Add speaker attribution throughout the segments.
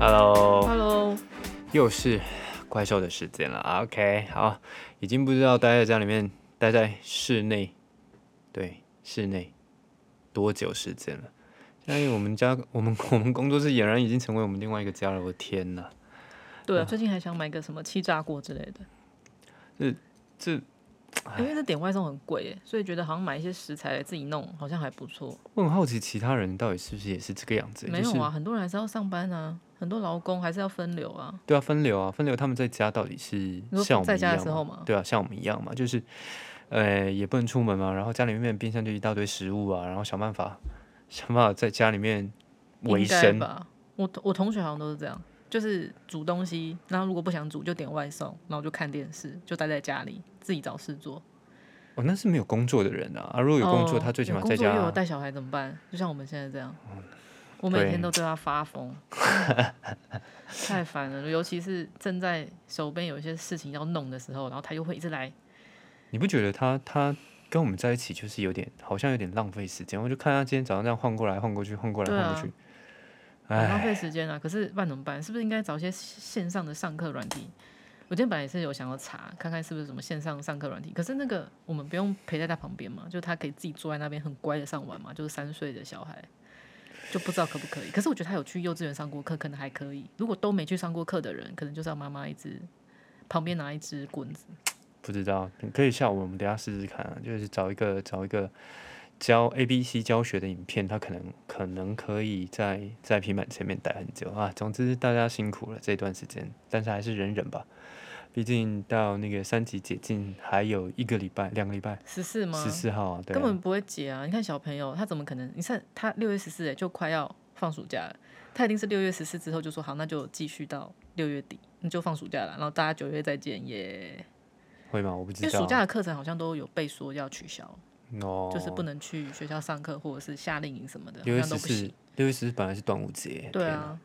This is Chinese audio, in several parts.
Speaker 1: 哦又是怪兽的时间了。OK，好，已经不知道待在家里面，待在室内，对，室内多久时间了？相当于我们家， 我们我们工作室俨然已经成为我们另外一个家了。我天哪，
Speaker 2: 对
Speaker 1: 嗯
Speaker 2: 啊，最近还想买个什么气炸锅之类的，
Speaker 1: 这哎
Speaker 2: 因为那点外送很贵耶，所以觉得好像买一些食材来自己弄，好像还不错。
Speaker 1: 我很好奇，其他人到底是不是也是这个样子？
Speaker 2: 没
Speaker 1: 就
Speaker 2: 有
Speaker 1: 是
Speaker 2: 啊，很多人还是要上班啊，很多劳工还是要分流啊。
Speaker 1: 对啊，分流啊，分流他们在家到底是
Speaker 2: 说
Speaker 1: 像我
Speaker 2: 在
Speaker 1: 们一
Speaker 2: 家的
Speaker 1: 样
Speaker 2: 时候
Speaker 1: 吗
Speaker 2: 吗？
Speaker 1: 对啊，像我们一样嘛，就是呃也不能出门嘛，然后家里面冰箱就一大堆食物啊，然后想办法想办法在家里面维
Speaker 2: 应该
Speaker 1: 生。
Speaker 2: 吧。我我同学好像都是这样，就是煮东西，然后如果不想煮就点外送，然后就看电视，就待在家里自己找事做。
Speaker 1: 哦，那是没有工作的人啊，啊如果有工作，他最起码在
Speaker 2: 哦
Speaker 1: 家、
Speaker 2: 有工作又有带小孩怎么办？就像我们现在这样，我每
Speaker 1: 对
Speaker 2: 天都对他发疯，太烦了。尤其是正在手边有一些事情要弄的时候，然后他又会一直来。
Speaker 1: 你不觉得他他跟我们在一起就是有点好像有点浪费时间？我就看他今天早上这样晃过来晃过去，晃过来
Speaker 2: 对
Speaker 1: 晃
Speaker 2: 啊
Speaker 1: 过去，
Speaker 2: 很
Speaker 1: 哎、
Speaker 2: 浪费时间啊！可是不然怎么办？是不是应该找一些线上的上课软体？我今天本来也是有想要查看看是不是什么线上上课软体，可是那个我们不用陪在他旁边嘛，就他可以自己坐在那边很乖的上完嘛，就是三岁的小孩，就不知道可不可以。可是我觉得他有去幼稚园上过课，可能还可以。如果都没去上过课的人，可能就是要妈妈一直旁边拿一支棍子。
Speaker 1: 不知道，你可以下午我们等一下试试看、啊，就是找一个找一个教 A B C 教学的影片，他可能可能可以在在平板前面待很久啊。总之大家辛苦了这段时间，但是还是忍忍吧，毕竟到那个三级解禁还有一个礼拜、两个礼拜，
Speaker 2: 十四吗？
Speaker 1: 十四号啊，对
Speaker 2: 根
Speaker 1: 啊，
Speaker 2: 本不会解啊！你看小朋友，他怎么可能？你看他六月十四哎就快要放暑假了，他一定是六月十四之后就说好，那就继续到六月底，那就放暑假了，然后大家九月再见耶。
Speaker 1: 会吗？我不
Speaker 2: 因为
Speaker 1: 知
Speaker 2: 暑
Speaker 1: 道。
Speaker 2: 假的课程好像都有被说要取消，
Speaker 1: 啊哦，
Speaker 2: 就是不能去学校上课或者是夏令营什么的，
Speaker 1: 六
Speaker 2: 好
Speaker 1: 月
Speaker 2: 像
Speaker 1: 十
Speaker 2: 都不
Speaker 1: 四
Speaker 2: 行。，
Speaker 1: 六月十四本来是端午节，
Speaker 2: 对
Speaker 1: 天哪，
Speaker 2: 啊，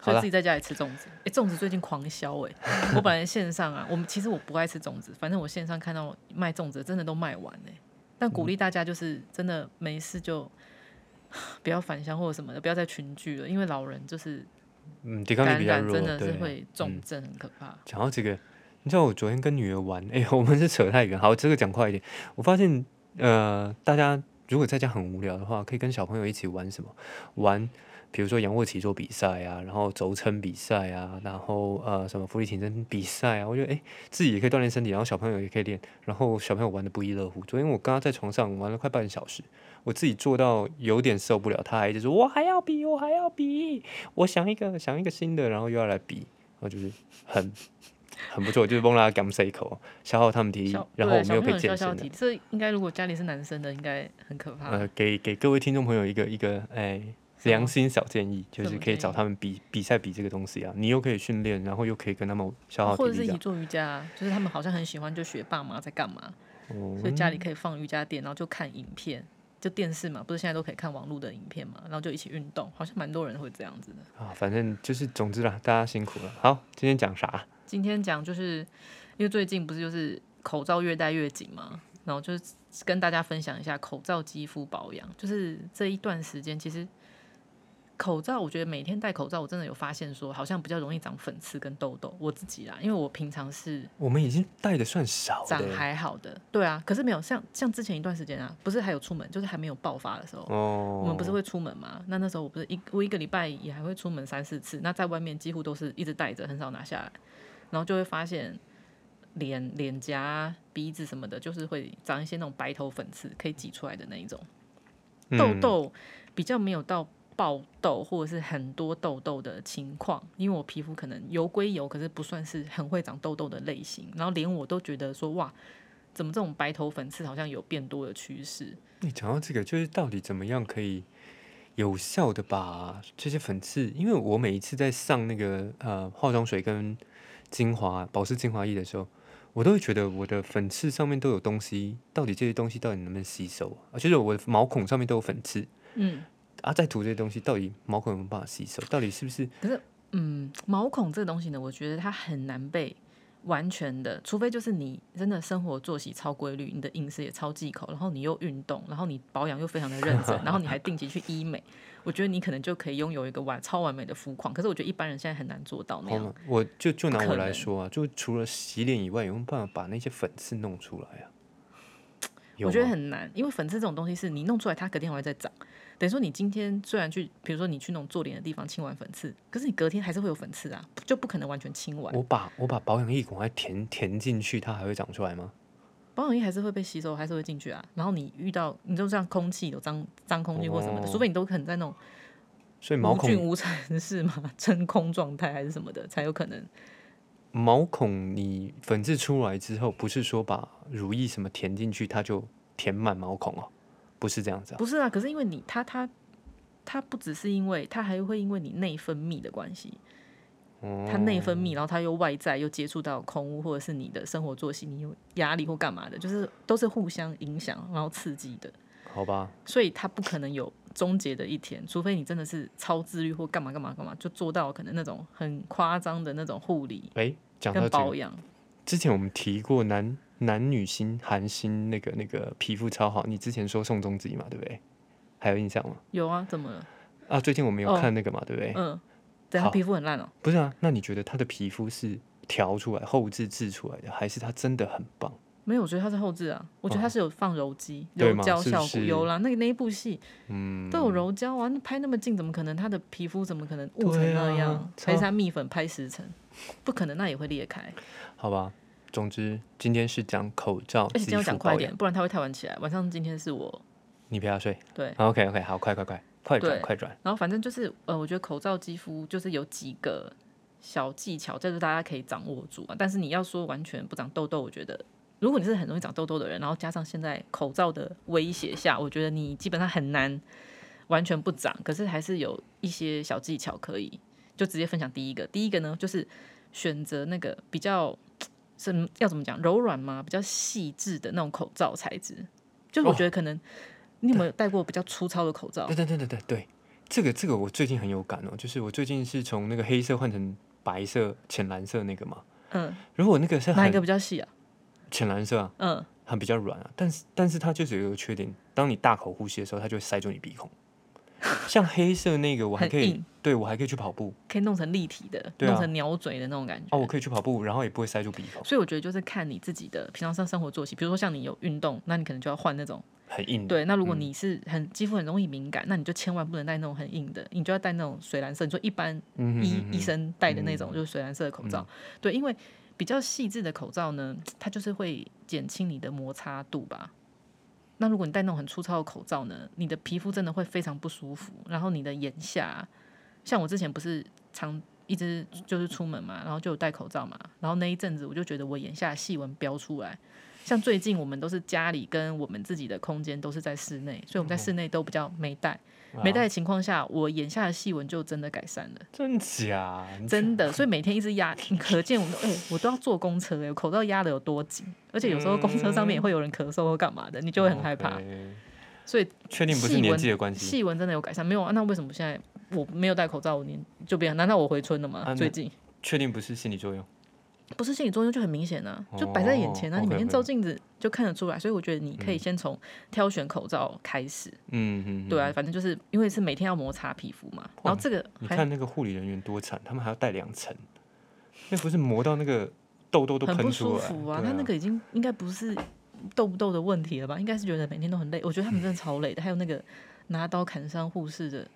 Speaker 1: 好
Speaker 2: 所以
Speaker 1: 啦
Speaker 2: 自己在家里吃粽子。哎、粽子最近狂销哎、我本来线上啊，我们其实我不爱吃粽子，反正我线上看到卖粽子的真的都卖完哎、但鼓
Speaker 1: 嗯
Speaker 2: 励大家就是真的没事就 不要返乡或者什么的，不要再群聚了，因为老人就是
Speaker 1: 嗯，抵抗力
Speaker 2: 感
Speaker 1: 比较
Speaker 2: 染
Speaker 1: 弱，
Speaker 2: 真的
Speaker 1: 对嗯
Speaker 2: 是会重症，很可怕。
Speaker 1: 讲到这个，你知道我昨天跟女儿玩，哎、 我们是扯太远，好，这个讲快一点。我发现，呃，大家如果在家很无聊的话，可以跟小朋友一起玩什么？玩，比如说仰卧起坐比赛啊，然后轴承比赛啊，然后呃什么浮力挺身比赛啊。我觉得，哎、自己也可以锻炼身体，然后小朋友也可以练，然后小朋友玩的不亦乐乎。昨天我跟他在床上玩了快半小时。我自己做到有点受不了，他还一直说：“我还要比，我还要比，我想一个，想一个新的，然后又要来比。”然后就是很很不错，就是翁拉 gam 一口，消耗他们体力
Speaker 2: 小，
Speaker 1: 然后我们
Speaker 2: 对小
Speaker 1: 又
Speaker 2: 朋
Speaker 1: 可
Speaker 2: 友
Speaker 1: 以
Speaker 2: 消
Speaker 1: 健
Speaker 2: 消
Speaker 1: 身的。
Speaker 2: 体，这应该如果家里是男生的，应该很可怕。
Speaker 1: 呃，给给各位听众朋友一个一个哎
Speaker 2: 啊什么
Speaker 1: 良心小建议，就
Speaker 2: 什
Speaker 1: 是
Speaker 2: 么
Speaker 1: 可以
Speaker 2: 建
Speaker 1: 找
Speaker 2: 议
Speaker 1: 他们比比赛比这个东西啊，你又可以训练，然后又可以跟他们消耗体
Speaker 2: 哦或者是
Speaker 1: 力
Speaker 2: 一
Speaker 1: 这
Speaker 2: 起
Speaker 1: 样。
Speaker 2: 做瑜伽啊，就是他们好像很喜欢就学爸妈在干嘛，
Speaker 1: 哦
Speaker 2: 所以家里可以放瑜伽垫，然后就看影片，就电视嘛，不是现在都可以看网络的影片嘛，然后就一起运动，好像蛮多人会这样子的。
Speaker 1: 啊，反正就是总之啦，大家辛苦了。好，今天讲啥？啊
Speaker 2: 今天讲就是因为最近不是就是口罩越戴越紧嘛，然后就是跟大家分享一下口罩肌肤保养，就是这一段时间其实。口罩，我觉得每天戴口罩，我真的有发现说，好像比较容易长粉刺跟痘痘。我自己啦，因为我平常是
Speaker 1: 我们已经带的算少
Speaker 2: 长
Speaker 1: 的
Speaker 2: 还好的，对啊，可是没有像像之前一段时间啊，不是还有出门，就是还没有爆发的时候，
Speaker 1: 哦，
Speaker 2: 我们不是会出门嘛？那那时候我不是一我一个礼拜也还会出门三四次，那在外面几乎都是一直戴着，很少拿下来，然后就会发现脸脸颊、鼻子什么的，就是会长一些那种白头粉刺，可以挤出来的那一种。痘
Speaker 1: 嗯
Speaker 2: 痘比较没有到爆痘或者是很多痘痘的情况，因为我皮肤可能油归油，可是不算是很会长痘痘的类型。然后连我都觉得说哇，怎么这种白头粉刺好像有变多的趋势？
Speaker 1: 你讲到这个，就是到底怎么样可以有效的把这些粉刺？因为我每一次在上那个呃化妆水跟精华、保湿精华液的时候，我都会觉得我的粉刺上面都有东西，到底这些东西到底能不能吸收啊？就是我的毛孔上面都有粉刺
Speaker 2: 嗯
Speaker 1: 啊，再涂这些东西，到底毛孔有没有办法吸收？到底是不是
Speaker 2: 嗯，毛孔这个东西呢，我觉得它很难被完全的，除非就是你真的生活作息超规律，你的饮食也超忌口，然后你又运动，然后你保养又非常的认真，然后你还定期去医美，我觉得你可能就可以拥有一个完超完美的肤况。可是我觉得一般人现在很难做到那
Speaker 1: 好
Speaker 2: 样。
Speaker 1: 吗？我就就拿
Speaker 2: 不
Speaker 1: 我
Speaker 2: 可
Speaker 1: 来
Speaker 2: 能
Speaker 1: 说啊，就除了洗脸以外，有没有办法把那些粉刺弄出来啊？有
Speaker 2: 我觉得
Speaker 1: 吗？
Speaker 2: 很难，因为粉刺这种东西是你弄出来，它隔天还会再长。等于说你今天虽然去，比如说你去那种做脸的地方清完粉刺，可是你隔天还是会有粉刺啊，就不可能完全清完。
Speaker 1: 我把我把保养液赶快填填进去，它还会长出来吗？
Speaker 2: 保养液还是会被吸收，还是会进去啊。然后你遇到你就像空气有脏脏空气或什么的，
Speaker 1: 哦
Speaker 2: 除非你都可能在那种
Speaker 1: 所以毛
Speaker 2: 无菌
Speaker 1: 孔
Speaker 2: 无尘室嘛， 真空状态还是什么的，才有可能。
Speaker 1: 啊毛孔你粉刺出来之后，不是说把乳液什么填进去，它就填满毛孔哦，不是这样子啊。
Speaker 2: 不是啊，可是因为你它它它不只是因为它还会因为你内分泌的关系，
Speaker 1: 哦
Speaker 2: 它内分泌，然后它又外在又接触到空污或者是你的生活作息，你有压力或干嘛的，就是都是互相影响然后刺激的，
Speaker 1: 好吧，
Speaker 2: 所以它不可能有终结的一天，除非你真的是超自律或干嘛干嘛干嘛，就做到可能那种很夸张的那种护理
Speaker 1: 诶，讲到
Speaker 2: 跟
Speaker 1: 这个
Speaker 2: 保，养。
Speaker 1: 之前我们提过男男女星韩星那个那个皮肤超好，你之前说宋仲基嘛，对不对？还有印象吗？
Speaker 2: 有啊，怎么了？
Speaker 1: 啊，最近我们有
Speaker 2: 哦
Speaker 1: 看那个嘛，对不对？
Speaker 2: 嗯，对，
Speaker 1: 哎
Speaker 2: 他
Speaker 1: 好
Speaker 2: 皮肤很烂哦、
Speaker 1: 不是啊，那你觉得他的皮肤是调出来、后置制出来的，还是他真的很棒？
Speaker 2: 没有，我觉得它是后置啊，我觉得它是有放柔肌、
Speaker 1: 哦对
Speaker 2: 柔
Speaker 1: 吗
Speaker 2: 焦
Speaker 1: 是不
Speaker 2: 效果，
Speaker 1: 是
Speaker 2: 有啦。那个那一部戏，嗯，都有柔焦啊，那拍那么近，怎么可能它的皮肤怎么可能雾成
Speaker 1: 对
Speaker 2: 那
Speaker 1: 啊
Speaker 2: 样？
Speaker 1: 超
Speaker 2: 还是它蜜粉拍十层，不可能，那也会裂开。
Speaker 1: 好吧，总之今天是讲口罩、
Speaker 2: 而
Speaker 1: 肌
Speaker 2: 且今天要
Speaker 1: 肤
Speaker 2: 讲快
Speaker 1: 保
Speaker 2: 一
Speaker 1: 养，
Speaker 2: 点，不然它会太晚起来。晚上今天是我
Speaker 1: 你陪他睡。
Speaker 2: 对，
Speaker 1: OK OK，好，快快快，快转
Speaker 2: 对
Speaker 1: 快转。
Speaker 2: 然后反正就是呃，我觉得口罩肌肤就是有几个小技巧，这是大家可以掌握住啊。但是你要说完全不长痘痘，我觉得如果你是很容易长痘痘的人，然后加上现在口罩的威胁下，我觉得你基本上很难完全不长。可是还是有一些小技巧可以，就直接分享第一个。第一个呢，就是选择那个比较是要怎么讲柔软嘛，比较细致的那种口罩材质。就是我觉得可能、你有没有戴过比较粗糙的口罩？
Speaker 1: 对对对对对对，这个这个我最近很有感哦，就是我最近是从那个黑色换成白色、浅蓝色那个嘛。
Speaker 2: 嗯，
Speaker 1: 如果那个是
Speaker 2: 哪一
Speaker 1: 很
Speaker 2: 个比较细啊？
Speaker 1: 浅蓝色啊，
Speaker 2: 嗯，
Speaker 1: 它比较软啊，但是但是它就是有一个缺点，当你大口呼吸的时候，它就会塞住你鼻孔。像黑色那个，我还
Speaker 2: 很
Speaker 1: 可以
Speaker 2: 硬，
Speaker 1: 对我还可以去跑步
Speaker 2: 可以弄成立体的，
Speaker 1: 对啊
Speaker 2: 弄成鸟嘴的那种感觉。
Speaker 1: 哦，我可以去跑步，然后也不会塞住鼻孔，
Speaker 2: 所以我觉得就是看你自己的平常生生活作息，比如说像你有运动，那你可能就要换那种。
Speaker 1: 很硬的。
Speaker 2: 对，那如果你是很肌肤很容易敏感，那你就千万不能戴那种很硬的，你就要戴那种水蓝色，你说一般
Speaker 1: 嗯，
Speaker 2: 医
Speaker 1: 嗯
Speaker 2: 医生戴的那种，就是水蓝色的口罩。对，因为比较细致的口罩呢，它就是会减轻你的摩擦度吧。那如果你戴那种很粗糙的口罩呢，你的皮肤真的会非常不舒服，然后你的眼下，像我之前不是常一直就是出门嘛，然后就有戴口罩嘛，然后那一阵子我就觉得我眼下细纹飙出来。像最近我们都是家里跟我们自己的空间都是在室内，所以我
Speaker 1: 哦
Speaker 2: 们在室内都比较没戴，
Speaker 1: 啊
Speaker 2: 没戴的情况下，我眼下的细纹就真的改善了。
Speaker 1: 真假？你
Speaker 2: 真 的，所以每天一直压， 你可见我们，哎、我都要坐公车、哎，我口罩压的有多紧，而且有时候公车上面也会有人咳嗽或干嘛的，你就会很害
Speaker 1: 哦
Speaker 2: 怕。
Speaker 1: OK
Speaker 2: 所以
Speaker 1: 确定不是
Speaker 2: 细
Speaker 1: 年
Speaker 2: 纹
Speaker 1: 纪的关系？
Speaker 2: 细纹真的有改善，没有啊？那为什么现在我没有戴口罩，我年就变？难道我回春了吗？
Speaker 1: 啊那
Speaker 2: 最近
Speaker 1: 确定不是心理作用？
Speaker 2: 不是心理作用就很明显啊，就摆在眼前啊，
Speaker 1: 哦
Speaker 2: 你每天
Speaker 1: OK，OK
Speaker 2: 照镜子就看得出来。所以我觉得你可以先从挑选口罩开始，
Speaker 1: 嗯嗯，
Speaker 2: 对啊，反正就是因为是每天要摩擦皮肤嘛，然后这个
Speaker 1: 你
Speaker 2: 还
Speaker 1: 看那个护理人员多惨，他们还要戴两层，那不是磨到那个痘痘都
Speaker 2: 很
Speaker 1: 喷
Speaker 2: 不
Speaker 1: 出
Speaker 2: 舒
Speaker 1: 来？
Speaker 2: 服啊！
Speaker 1: 对
Speaker 2: 他
Speaker 1: 啊
Speaker 2: 那个已经应该不是痘不痘的问题了吧？应该是觉得每天都很累。我觉得他们真的超累的。还有那个拿刀砍伤护士的，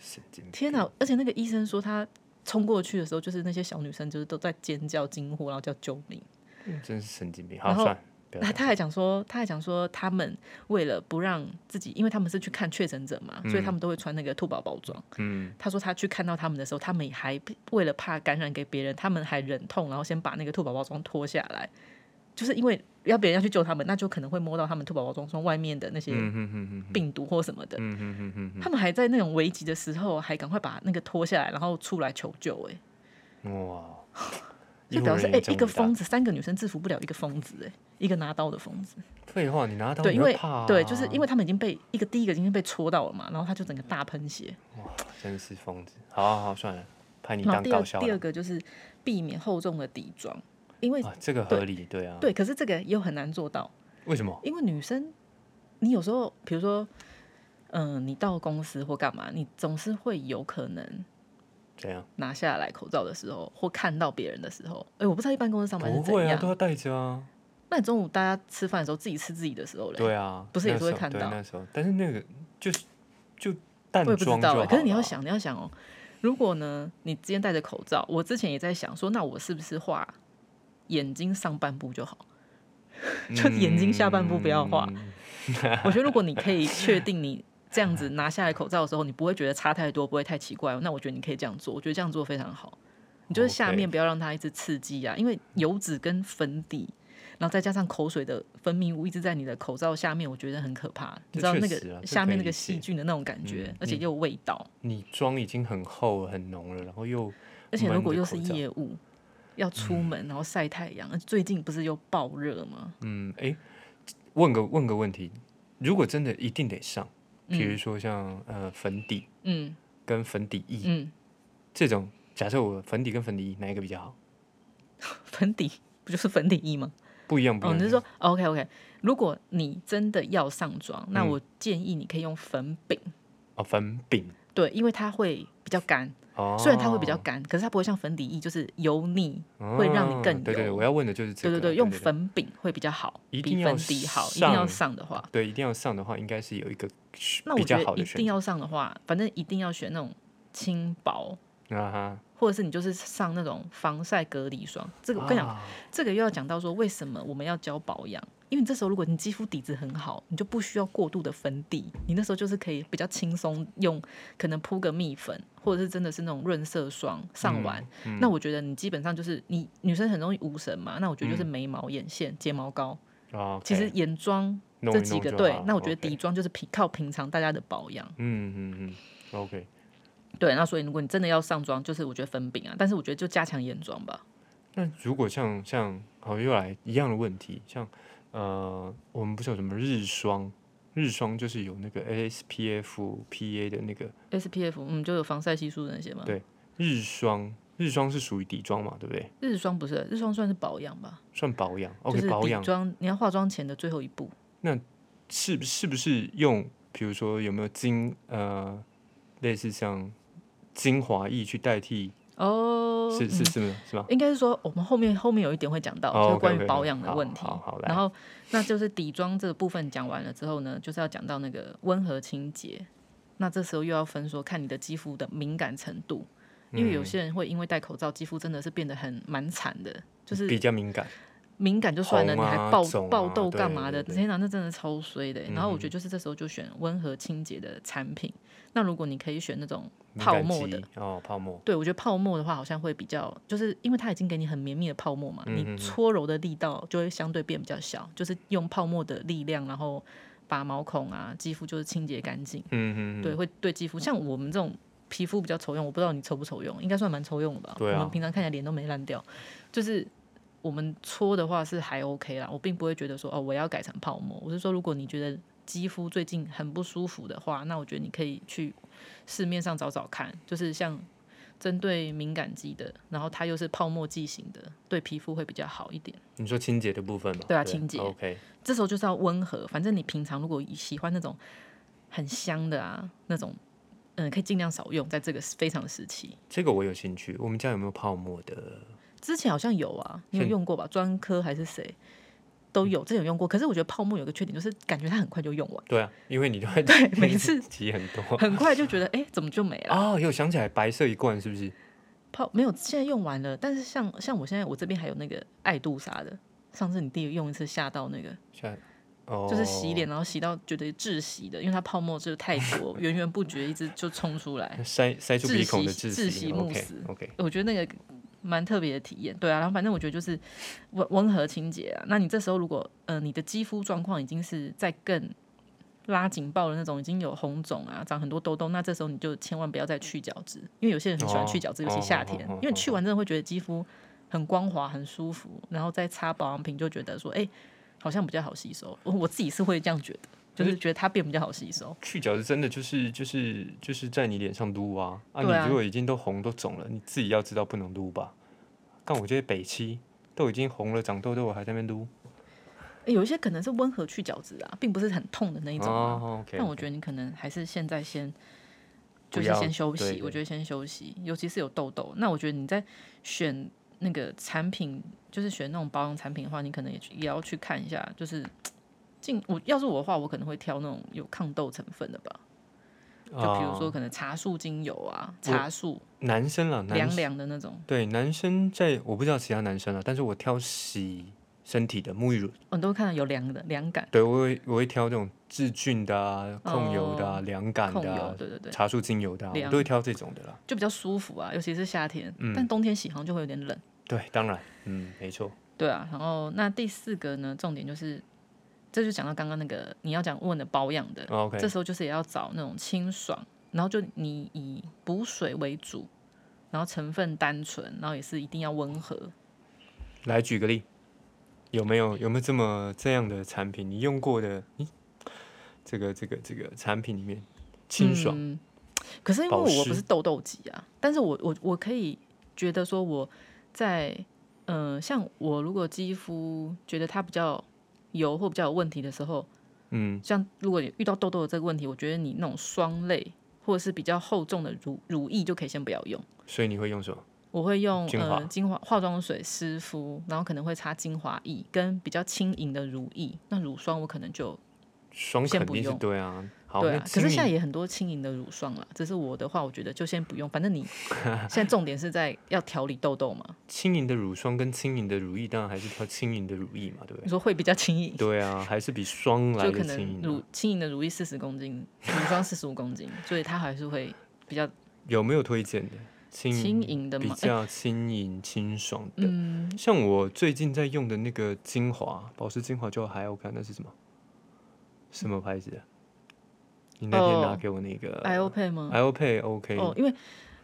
Speaker 1: 神经
Speaker 2: 天哪！而且那个医生说他冲过去的时候，就是那些小女生就是都在尖叫惊呼，然后叫救命。
Speaker 1: 病，真是神经病。好，
Speaker 2: 然后
Speaker 1: 算了，不要
Speaker 2: 他
Speaker 1: 讲
Speaker 2: 他还讲说，他还讲说，他们为了不让自己，因为他们是去看确诊者嘛，所以他们都会穿那个兔宝宝装。
Speaker 1: 嗯，
Speaker 2: 他说他去看到他们的时候，他们还为了怕感染给别人，他们还忍痛，然后先把那个兔宝宝装脱下来，就是因为要别人要去救他们，那就可能会摸到他们兔宝宝装从外面的那些
Speaker 1: 嗯哼哼哼，
Speaker 2: 病毒或什么的。
Speaker 1: 嗯哼哼哼
Speaker 2: 他们还在那种危急的时候，还赶快把那个脱下来，然后出来求救、哎，
Speaker 1: 哼，嗯哇，
Speaker 2: 就
Speaker 1: 医护
Speaker 2: 表示
Speaker 1: 人
Speaker 2: 哎、
Speaker 1: 员真
Speaker 2: 一个
Speaker 1: 伟大
Speaker 2: 疯子，三个女生制服不了一个疯子、哎，一个拿刀的疯子。
Speaker 1: 废话，你拿刀
Speaker 2: 对，
Speaker 1: 你
Speaker 2: 因
Speaker 1: 会
Speaker 2: 为
Speaker 1: 怕啊
Speaker 2: 对，就是因为他们已经被一个第一个已经被戳到了嘛，然后他就整个大喷血。
Speaker 1: 哇，真是疯子。好好好，算了，拍你
Speaker 2: 然
Speaker 1: 当
Speaker 2: 后第二
Speaker 1: 搞笑
Speaker 2: 第二
Speaker 1: 了。
Speaker 2: 个就是避免厚重的底妆，因为
Speaker 1: 啊，这个合理，对啊，
Speaker 2: 对，可是这个又很难做到，
Speaker 1: 为什么？
Speaker 2: 因为女生，你有时候比如说，嗯、你到公司或干嘛，你总是会有可能
Speaker 1: 怎样？
Speaker 2: 拿下来口罩的时候，或看到别人的时候，哎、我不知道一般公司上班是
Speaker 1: 不
Speaker 2: 怎
Speaker 1: 会啊，
Speaker 2: 样。
Speaker 1: 都要戴着啊。
Speaker 2: 那你中午大家吃饭的时候，自己吃自己的时候嘞，
Speaker 1: 对啊，
Speaker 2: 不是也
Speaker 1: 那
Speaker 2: 是会
Speaker 1: 时候
Speaker 2: 看
Speaker 1: 对
Speaker 2: 到
Speaker 1: 那时候，但是那个就是就淡
Speaker 2: 我也不
Speaker 1: 妆就
Speaker 2: 知道
Speaker 1: 好
Speaker 2: 欸。可是你要
Speaker 1: 了，
Speaker 2: 想，你要想哦，如果呢，你今天戴着口罩，我之前也在想说，那我是不是画眼睛上半部就好？就眼睛下半部不要画
Speaker 1: 嗯
Speaker 2: 我觉得如果你可以确定你这样子拿下来口罩的时候，你不会觉得差太多，不会太奇怪，那我觉得你可以这样做。我觉得这样做非常好。你就是下
Speaker 1: OK
Speaker 2: 面不要让它一直刺激啊，因为油脂跟粉底，然后再加上口水的分泌物一直在你的口罩下面，我觉得很可怕。
Speaker 1: 这
Speaker 2: 你知道
Speaker 1: 确
Speaker 2: 那
Speaker 1: 实啊
Speaker 2: 个
Speaker 1: 这
Speaker 2: 下
Speaker 1: 可以理
Speaker 2: 面那
Speaker 1: 解
Speaker 2: 个细菌的那种感觉，
Speaker 1: 嗯
Speaker 2: 而且
Speaker 1: 嗯
Speaker 2: 又有味道，
Speaker 1: 你妆已经很厚很浓了，然后又
Speaker 2: 而且
Speaker 1: 闷
Speaker 2: 如果
Speaker 1: 着
Speaker 2: 又
Speaker 1: 口
Speaker 2: 是
Speaker 1: 罩
Speaker 2: 业务，要出门然后晒太阳，而且最近不是又爆热吗？
Speaker 1: 嗯，哎，问个问个问题，如果真的一定得上，比如
Speaker 2: 嗯
Speaker 1: 说像呃粉底
Speaker 2: 嗯
Speaker 1: 跟粉底液
Speaker 2: 嗯，
Speaker 1: 这种，假设我粉底跟粉底液哪一个比较好？
Speaker 2: 粉底不就是粉底液吗？
Speaker 1: 不一样，不一
Speaker 2: 哦，
Speaker 1: 样。
Speaker 2: 你是
Speaker 1: 不一样
Speaker 2: 说 OK OK？如果你真的要上妆，那
Speaker 1: 嗯
Speaker 2: 我建议你可以用粉饼，
Speaker 1: 哦粉饼？
Speaker 2: 对，因为它会比较干，
Speaker 1: 哦，
Speaker 2: 虽然它会比较干，可是它不会像粉底液就是油腻。会让你
Speaker 1: 哦
Speaker 2: 更
Speaker 1: 对对对，
Speaker 2: 油
Speaker 1: 我要问的就是这
Speaker 2: 对
Speaker 1: 个。
Speaker 2: 对对，用粉饼会比较好，
Speaker 1: 一定
Speaker 2: 比
Speaker 1: 要
Speaker 2: 粉底好。一定要
Speaker 1: 上
Speaker 2: 上的话，
Speaker 1: 对，一定要上的话，应该是有一个
Speaker 2: 那我
Speaker 1: 比
Speaker 2: 觉
Speaker 1: 较
Speaker 2: 得
Speaker 1: 好
Speaker 2: 一
Speaker 1: 的
Speaker 2: 定
Speaker 1: 选
Speaker 2: 要上的话，反正一定要选那种轻薄，
Speaker 1: 择啊哈。
Speaker 2: 或者是你就是上那种防晒隔离霜。这个我跟你讲，
Speaker 1: 啊
Speaker 2: 这个又要讲到说为什么我们要教保养，因为你这时候如果你肌肤底子很好，你就不需要过度的粉底，你那时候就是可以比较轻松用，可能铺个蜜粉，或者是真的是那种润色霜上完。
Speaker 1: 嗯
Speaker 2: 那我觉得你基本上就是你女生很容易无神嘛，那我觉得就是眉毛、眼线、睫毛膏，
Speaker 1: 哦，
Speaker 2: 其实
Speaker 1: OK，
Speaker 2: 眼妆
Speaker 1: 弄
Speaker 2: 这
Speaker 1: 一
Speaker 2: 几
Speaker 1: 弄
Speaker 2: 个
Speaker 1: 就
Speaker 2: 对
Speaker 1: 好，
Speaker 2: 那我觉得
Speaker 1: OK
Speaker 2: 底妆就是平靠平常大家的保养。
Speaker 1: 嗯嗯嗯，OK，
Speaker 2: 对，那所以如果你真的要上妆，就是我觉得粉饼啊，但是我觉得就加强眼妆吧。
Speaker 1: 那如果像像好又来一样的问题，像呃，我们不是有什么日霜？日霜就是有那个 SPF PA 的那个
Speaker 2: SPF 嗯，就有防晒系数的那些嘛。
Speaker 1: 对日霜，日霜是属于底妆嘛，对不对？
Speaker 2: 日霜不是，日霜算是保养吧。
Speaker 1: 算保养
Speaker 2: 就
Speaker 1: ，OK，
Speaker 2: 是
Speaker 1: 保
Speaker 2: 底
Speaker 1: 养
Speaker 2: 妆，你要化妆前的最后一步。
Speaker 1: 是是不是用，比如说有没有精呃，类似像精华液去代替？
Speaker 2: 哦，
Speaker 1: 是是是吗？是吗？
Speaker 2: 应该是说我们后面后面有一点会讲到，
Speaker 1: 哦
Speaker 2: 就是关于
Speaker 1: OK，OK，OK，
Speaker 2: 保养的问题。
Speaker 1: 好好好来
Speaker 2: 然后那就是底妆这个部分讲完了之后呢，就是要讲到那个温和清洁。那这时候又要分说看你的肌肤的敏感程度，因
Speaker 1: 嗯
Speaker 2: 为有些人会因为戴口罩，肌肤真的是变得很蛮惨的，就是
Speaker 1: 比较敏感，
Speaker 2: 敏感就算了，
Speaker 1: 红啊
Speaker 2: 你还爆、
Speaker 1: 肿啊
Speaker 2: 爆痘干嘛的？
Speaker 1: 对嗯对对
Speaker 2: 天哪，那真的超衰的欸、然后我觉得就是这时候就选温和清洁的产品。那如果你可以选那种
Speaker 1: 敏
Speaker 2: 泡
Speaker 1: 感
Speaker 2: 沫的
Speaker 1: 肌，哦，泡沫，
Speaker 2: 对，我觉得泡沫的话好像会比较，就是因为它已经给你很绵密的泡沫嘛，
Speaker 1: 嗯嗯嗯
Speaker 2: 你搓揉的力道就会相对变比较小，就是用泡沫的力量，然后把毛孔啊、肌肤就是清洁干净，
Speaker 1: 嗯嗯，
Speaker 2: 对，会对肌肤像我们这种皮肤比较愁用，我不知道你愁不愁用，应该算蛮愁用的吧？
Speaker 1: 对啊
Speaker 2: 我们平常看起来脸都没烂掉，就是我们搓的话是还 OK 啦，我并不会觉得说哦我要改成泡沫，我是说如果你觉得肌肤最近很不舒服的话，那我觉得你可以去市面上找找看，就是像。针对敏感肌的，然后它又是泡沫剂型的，对皮肤会比较好一点。
Speaker 1: 你说清洁的部分嘛？
Speaker 2: 对啊清洁
Speaker 1: ，OK，
Speaker 2: 这时候就是要温和，反正你平常如果喜欢那种很香的啊，那种嗯，可以尽量少用，在这个非常时期。
Speaker 1: 这个我有兴趣。我们家有没有泡沫的？
Speaker 2: 之前好像有啊，你有
Speaker 1: 是
Speaker 2: 用过吧？专科还是谁都有，这有用过。可是我觉得泡沫有个缺点，就是感觉它很快就用完，
Speaker 1: 对啊，因为你都
Speaker 2: 对每次
Speaker 1: 挤很多。
Speaker 2: 很快就觉得哎、诶怎么就没了？
Speaker 1: 哦，有想起来，白色一罐是不是？
Speaker 2: 泡没有，现在用完了。但是像像我现在我这边还有那个爱杜莎的，上次你弟用一次吓到那个，
Speaker 1: 下哦，
Speaker 2: 就是洗脸，然后洗到觉得窒息的，因为它泡沫就是太多，源源不绝，一直就冲出来。
Speaker 1: 塞塞住
Speaker 2: 窒
Speaker 1: 鼻孔
Speaker 2: 息
Speaker 1: 的
Speaker 2: 窒
Speaker 1: 息
Speaker 2: 息慕
Speaker 1: ，OK
Speaker 2: 斯
Speaker 1: OK，
Speaker 2: 我觉得那个蛮特别的体验，对啊，然后反正我觉得就是温温和清洁啊。那你这时候如果呃你的肌肤状况已经是在更拉警报的那种，已经有红肿啊，长很多痘痘，那这时候你就千万不要再去角质，因为有些人很喜欢去角质，
Speaker 1: 哦
Speaker 2: 尤其夏天
Speaker 1: 哦哦哦，
Speaker 2: 因为去完真的会觉得肌肤很光滑、很舒服，然后再擦保养品就觉得说，哎、好像比较好吸收。我我自己是会这样觉得，就是觉得它变比较好吸收。
Speaker 1: 去角质真的就是就是就是在你脸上撸啊啊！
Speaker 2: 对啊
Speaker 1: 你如果已经都红都肿了，你自己要知道不能撸吧？但我觉得北七都已经红了长痘痘，我还在那边撸。
Speaker 2: 哎有一些可能是温和去角质啊，并不是很痛的那一种啊。
Speaker 1: 哦，OK。
Speaker 2: 但我觉得你可能还是现在先，
Speaker 1: 不
Speaker 2: 就是
Speaker 1: 要
Speaker 2: 先休
Speaker 1: 对
Speaker 2: 息。我觉得先休息，尤其是有痘痘。那我觉得你在选那个产品，就是选那种保养产品的话，你可能也去也要去看一下，就是进我要是我的话，我可能会挑那种有抗痘成分的吧。就比
Speaker 1: 哦
Speaker 2: 如说可能茶树精油啊，茶树
Speaker 1: 男生啦，男
Speaker 2: 凉凉的那种。
Speaker 1: 对男生在我不知道其他男生了，啊但是我挑洗身体的沐浴乳，
Speaker 2: 哦你都会看到有凉的凉感、
Speaker 1: 对我会我会挑这种治菌的啊、控油的啊、凉感
Speaker 2: 哦控
Speaker 1: 的啊
Speaker 2: 油，、对对对，
Speaker 1: 茶树精油的、啊，我
Speaker 2: 凉
Speaker 1: 都会挑这种的啦。
Speaker 2: 就比较舒服啊，尤其是夏天。
Speaker 1: 嗯
Speaker 2: 但冬天洗好像就会有点冷。
Speaker 1: 对，当然，嗯，没错，
Speaker 2: 对啊，然后那第四个呢，重点就是，这就讲到刚刚那个你要讲问的保养的
Speaker 1: 哦 OK
Speaker 2: 呃这时候就是也要找那种清爽，然后就你以补水为主，然后成分单纯，然后也是一定要温和。
Speaker 1: 来举个例，有没有有没有这么这样的产品？你用过的，咦，这个这个这个产品里面清爽，
Speaker 2: 嗯。可是因为
Speaker 1: 保湿
Speaker 2: 我不是痘痘肌啊，但是我我我可以觉得说我在嗯、呃像我如果肌肤觉得它比较油或比较有问题的时候，
Speaker 1: 嗯，
Speaker 2: 像如果你遇到痘痘的这个问题，我觉得你那种霜类或者是比较厚重的乳乳液就可以先不要用。
Speaker 1: 所以你会用什么？
Speaker 2: 我会用
Speaker 1: 精华
Speaker 2: 呃精华化妆水湿敷，然后可能会擦精华液跟比较轻盈的乳液。那乳霜我可能就
Speaker 1: 霜
Speaker 2: 先
Speaker 1: 肯
Speaker 2: 不
Speaker 1: 定是
Speaker 2: 用
Speaker 1: 对啊，好，
Speaker 2: 对
Speaker 1: 那
Speaker 2: 啊，可是
Speaker 1: 轻
Speaker 2: 现在
Speaker 1: 盈
Speaker 2: 也很多轻盈的乳霜了。只是我的话，我觉得就先不用，反正你现在重点是在要调理痘痘嘛。
Speaker 1: 轻盈的乳霜跟轻盈的乳液，当然还是挑轻盈的乳液嘛，对不
Speaker 2: 你说会比较轻盈
Speaker 1: 对？，对啊，还是比霜来
Speaker 2: 就可
Speaker 1: 的轻
Speaker 2: 能
Speaker 1: 盈啊、
Speaker 2: 乳轻盈的乳液四十公斤，乳霜四十五公斤，所以它还是会比较
Speaker 1: 有没有推荐的轻
Speaker 2: 轻盈的
Speaker 1: 比
Speaker 2: 嘛。
Speaker 1: 较轻盈清爽的？
Speaker 2: 嗯，
Speaker 1: 像我最近在用的那个精华，保湿精华就还 OK，那是啊什么？什么牌子的？你那天拿
Speaker 2: 哦
Speaker 1: 给我那个
Speaker 2: i o p E 吗？
Speaker 1: IOPay OK，、
Speaker 2: 哦，因为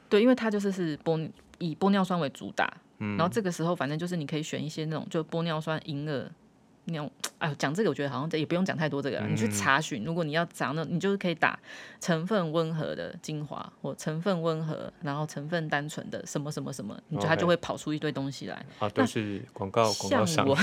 Speaker 2: 对，因为它就是是玻以玻尿酸为主打，
Speaker 1: 嗯
Speaker 2: 然后这个时候反正就是你可以选一些那种就玻尿酸银耳那种，哎呦，讲这个我觉得好像这也不用讲太多这个了，你去
Speaker 1: 嗯
Speaker 2: 查询，如果你要找那，你就是可以打成分温和的精华或成分温和，然后成分单纯的什么什么什么，你就它
Speaker 1: OK
Speaker 2: 就会跑出一堆东西来。
Speaker 1: 啊都是广告广告
Speaker 2: 像
Speaker 1: 商
Speaker 2: 我，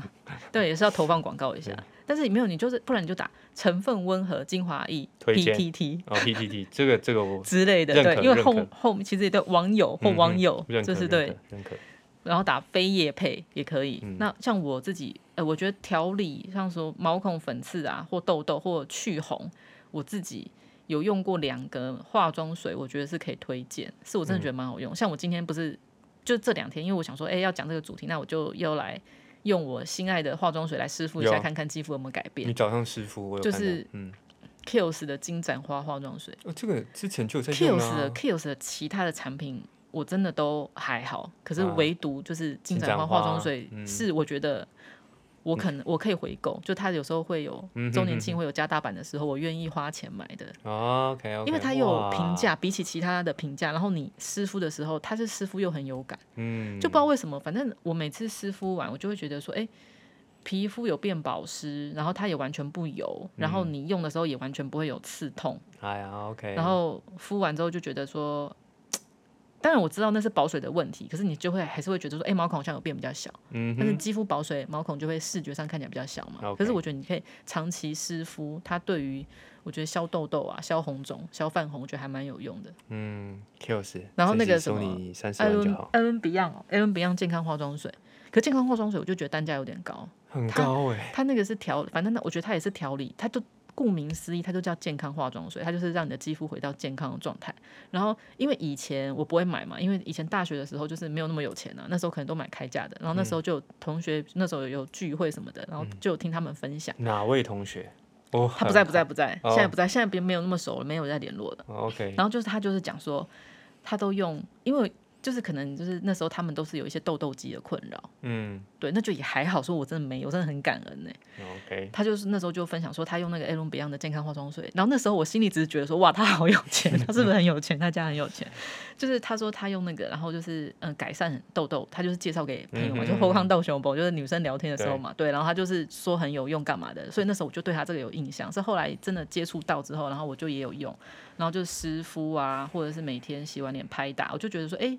Speaker 2: 对，也是要投放广告一下。但是没有，你就是不然你就打成分温和精华液
Speaker 1: 推荐
Speaker 2: PTT
Speaker 1: 哦 PTT 这个这个 我
Speaker 2: 之类的，
Speaker 1: 认
Speaker 2: 对
Speaker 1: 可，
Speaker 2: 因为
Speaker 1: 认
Speaker 2: 后
Speaker 1: 可
Speaker 2: 后面其实也对网友或
Speaker 1: 嗯
Speaker 2: 网
Speaker 1: 嗯
Speaker 2: 友
Speaker 1: 认可
Speaker 2: 就是
Speaker 1: 认
Speaker 2: 对
Speaker 1: 可，认可
Speaker 2: 然后打非叶配也可以。那像我自己，呃，我觉得调理像说毛孔粉刺啊，或痘痘或去红，我自己有用过两个化妆水，我觉得是可以推荐，是我真的觉得蛮好用。像我今天不是就这两天，因为我想说，哎、要讲这个主题，那我就又来用我心爱的化妆水来试敷一
Speaker 1: 有
Speaker 2: 下，
Speaker 1: 啊
Speaker 2: 看看肌肤有没有改变。
Speaker 1: 你找上师傅，我有
Speaker 2: 就
Speaker 1: 看到，
Speaker 2: 是
Speaker 1: 嗯，
Speaker 2: Kiehl's 的金盏花化妆水。
Speaker 1: 哦，这个之前就有在用
Speaker 2: Kills 的
Speaker 1: 啊，
Speaker 2: Kills 的其他的产品我真的都还好，可是
Speaker 1: 啊
Speaker 2: 唯独就是金
Speaker 1: 金
Speaker 2: 盏花
Speaker 1: 盏花
Speaker 2: 化妆水
Speaker 1: 嗯
Speaker 2: 是我觉得我可能我可以回购，就它有时候会有
Speaker 1: 嗯哼
Speaker 2: 周年庆会有加大版的时候，我愿意花钱买的，
Speaker 1: 啊 OK OK，
Speaker 2: 因为它有评，价，比起其他的评价，然后你湿敷的时候，它是湿敷又很有感，
Speaker 1: 嗯，
Speaker 2: 就不知道为什么，反正我每次湿敷完，我就会觉得说，哎、皮肤有变保湿，然后它也完全不油，然
Speaker 1: 嗯
Speaker 2: 后你用的时候也完全不会有刺痛。
Speaker 1: 哎呀 OK，
Speaker 2: 然后敷完之后就觉得说，当然我知道那是保水的问题，可是你就会还是会觉得说，哎、毛孔好像有变比较小，
Speaker 1: 嗯
Speaker 2: 但是
Speaker 1: 哼，
Speaker 2: 肌肤保水，毛孔就会视觉上看起来比较小嘛。
Speaker 1: OK
Speaker 2: 可是我觉得你可以长期湿敷，它对于我觉得消痘痘啊、消红肿、消泛红，我觉得还蛮有用的。
Speaker 1: 嗯 Kills，
Speaker 2: 然后那个什
Speaker 1: 收
Speaker 2: 么
Speaker 1: 你三十
Speaker 2: 艾
Speaker 1: 万就
Speaker 2: 伦
Speaker 1: 好，
Speaker 2: 艾伦 Beyond 哦，艾伦 Beyond 健康化妆水，可健康化妆水我就觉得单价有点高，
Speaker 1: 很
Speaker 2: 它
Speaker 1: 高哎、
Speaker 2: 它那个是调，反正那我觉得它也是调理，它就顾名思义，它就叫健康化妆水，它就是让你的肌肤回到健康的状态。然后因为以前我不会买嘛，因为以前大学的时候就是没有那么有钱啊，那时候可能都买开价的。然后那时候就有同学那时候有聚会什么的，然后就有听他们分享。
Speaker 1: 哪位同学？哦，
Speaker 2: 他不在，
Speaker 1: 很
Speaker 2: 不在，不在，
Speaker 1: 哦
Speaker 2: 现在不在，现在别没有那么熟了，没有在联络了。
Speaker 1: 哦 OK，
Speaker 2: 然后就是他就是讲说，他都用，因为就是可能就是那时候他们都是有一些痘痘肌的困扰，
Speaker 1: 嗯
Speaker 2: 对，那就也还好，说我真的没有，真的很感恩呢、欸
Speaker 1: ，OK，
Speaker 2: 他就是那时候就分享说，他用那个 a l o n Beyond 的健康化妆水，然后那时候我心里只是觉得说，哇，他好有钱，他是不是很有钱？他家很有钱。就是他说他用那个，然后就是嗯、呃改善痘痘，他就是介绍给朋友嘛，
Speaker 1: 嗯
Speaker 2: 就后康痘熊包，就是女生聊天的时候嘛，对，然后他就是说很有用干嘛的，所以那时候我就对他这个有印象，是后来真的接触到之后，然后我就也有用，然后就湿敷啊，或者是每天洗完脸拍打，我就觉得说，哎、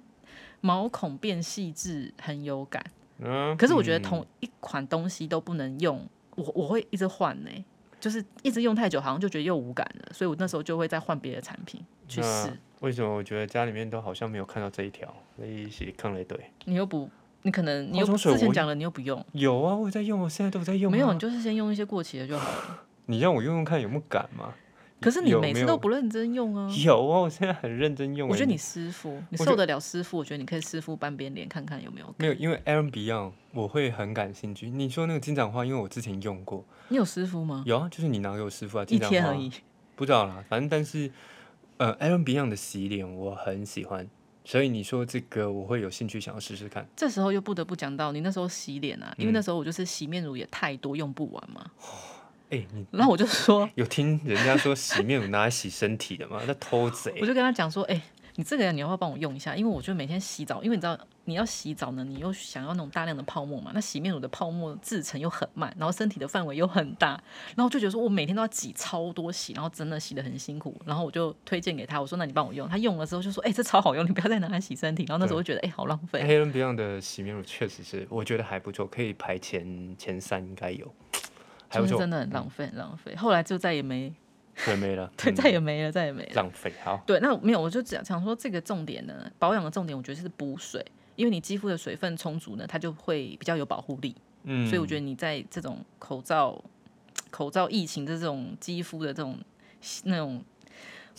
Speaker 2: 毛孔变细致很有感。
Speaker 1: 嗯，
Speaker 2: 可是我觉得
Speaker 1: 嗯
Speaker 2: 同一款东西都不能用，我我会一直换呢、就是一直用太久，好像就觉得又无感了，所以我那时候就会再换别的产品去试。
Speaker 1: 那为什么我觉得家里面都好像没有看到这一条？那一起坑了一堆。
Speaker 2: 你又不，你可能你又
Speaker 1: 化妆水
Speaker 2: 之前
Speaker 1: 我
Speaker 2: 讲了，你又不用，
Speaker 1: 有啊，我有在用，我现在都有在用、啊。
Speaker 2: 没有，你，就是先用一些过期的就好了。
Speaker 1: 你让我用用看有没有敢嘛？
Speaker 2: 可是你
Speaker 1: 有
Speaker 2: 每
Speaker 1: 没
Speaker 2: 次都
Speaker 1: 有
Speaker 2: 不认真用啊。
Speaker 1: 有啊，我现在很认真用欸。
Speaker 2: 我觉得你师傅，你
Speaker 1: 我
Speaker 2: 受
Speaker 1: 觉
Speaker 2: 得了师傅，我觉得你可以师傅搬边脸看看有没有。
Speaker 1: 没有，因为 Aaron Beyond 我会很感兴趣。你说那个金盏花，因为我之前用过，
Speaker 2: 你有师傅吗？
Speaker 1: 有啊，就是你拿给我师傅啊，
Speaker 2: 嗯一
Speaker 1: 金盏
Speaker 2: 天
Speaker 1: 花
Speaker 2: 而已。
Speaker 1: 不知道啦，反正但是，呃，Aaron Beyond 的洗脸我很喜欢，所以你说这个我会有兴趣想要试试看。
Speaker 2: 这时候又不得不讲到你那时候洗脸啊，
Speaker 1: 嗯
Speaker 2: 因为那时候我就是洗面乳也太多用不完嘛，
Speaker 1: 哎、你
Speaker 2: 然后我就说，
Speaker 1: 有听人家说洗面乳拿来洗身体 的吗？那偷
Speaker 2: 我
Speaker 1: 贼
Speaker 2: 就！跟他讲说，哎、你这个你要不要帮我用一下？因为我就每天洗澡，因为你知道你要洗澡呢，你又想要那种大量的泡沫嘛，那洗面乳的泡沫制成又很慢，然后身体的范围又很大，然后我就觉得说我每天都要挤超多洗，然后真的洗得很辛苦，然后我就推荐给他，我说那你帮我用，他用了之后就说，哎、这超好用，你不要再拿来洗身体。然后那时候我就觉得，哎、好浪费。
Speaker 1: Aaron Beyond 的洗面乳确实是，我觉得还不错，可以排前前三，应该有，还不
Speaker 2: 就是
Speaker 1: 错，
Speaker 2: 真的很浪费，很浪费。后来就再也没，
Speaker 1: 对，没 了，
Speaker 2: 对，
Speaker 1: 嗯
Speaker 2: 再也没了，再也没了。
Speaker 1: 浪费，好，
Speaker 2: 对，那没有，我就只想说这个重点呢，保养的重点，我觉得是补水，因为你肌肤的水分充足呢，它就会比较有保护力。
Speaker 1: 嗯，
Speaker 2: 所以我觉得你在这种口罩、口罩疫情的这种肌肤的这种那种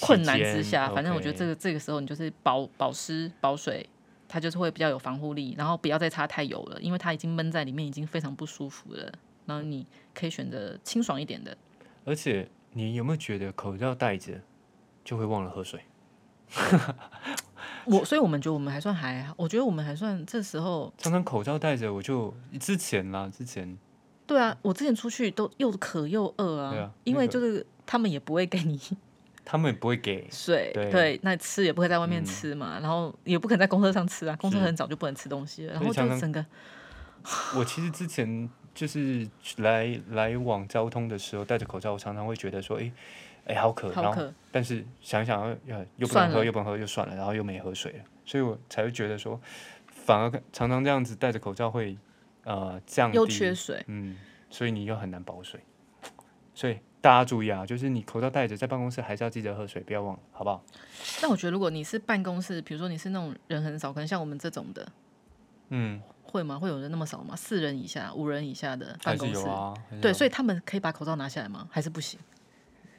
Speaker 2: 困难之下，
Speaker 1: 期间
Speaker 2: 反正我觉得
Speaker 1: 嗯 OK
Speaker 2: 这个这个时候你就是保保湿、保水，它就是会比较有防护力，然后不要再擦太油了，因为它已经闷在里面，已经非常不舒服了。然后你可以选择清爽一点的，
Speaker 1: 而且你有没有觉得口罩戴着就会忘了喝水？
Speaker 2: 我所以我们觉得我们还算还好，我觉得我们还算这时候
Speaker 1: 常常口罩戴着，我就之前啦，之前
Speaker 2: 对啊，我之前出去都又渴又饿啊，
Speaker 1: 对啊
Speaker 2: 因为
Speaker 1: 那个
Speaker 2: 就是他们也不会给你
Speaker 1: 他们也不会给，
Speaker 2: 水，
Speaker 1: 对
Speaker 2: 那你吃也不会在外面
Speaker 1: 嗯
Speaker 2: 吃嘛，然后也不可能在公车上吃啊，公车
Speaker 1: 是
Speaker 2: 很早就不能吃东西了，然
Speaker 1: 所以
Speaker 2: 后
Speaker 1: 常
Speaker 2: 就
Speaker 1: 常
Speaker 2: 整个
Speaker 1: 我其实之前就是来来往交通的时候戴着口罩，我常常会觉得说，哎、哎、好渴，
Speaker 2: 好
Speaker 1: 然后
Speaker 2: 渴
Speaker 1: 但是想一想又又不
Speaker 2: 算
Speaker 1: 能
Speaker 2: 了
Speaker 1: 喝，又不能喝，就算了，然后又没喝水了，所以我才会觉得说，反而常常这样子戴着口罩会呃降
Speaker 2: 又缺
Speaker 1: 低，
Speaker 2: 水，
Speaker 1: 嗯，所以你又很难保水，所以大家注意啊，就是你口罩戴着在办公室还是要记得喝水，不要忘了，好不好？
Speaker 2: 但我觉得如果你是办公室，比如说你是那种人很少，可能像我们这种的，
Speaker 1: 嗯，
Speaker 2: 会吗？会有人那么少吗？四人以下、五人以下的
Speaker 1: 还
Speaker 2: 办
Speaker 1: 是
Speaker 2: 公室，
Speaker 1: 有啊，还是
Speaker 2: 对，
Speaker 1: 有
Speaker 2: 所以他们可以把口罩拿下来吗？还是不行？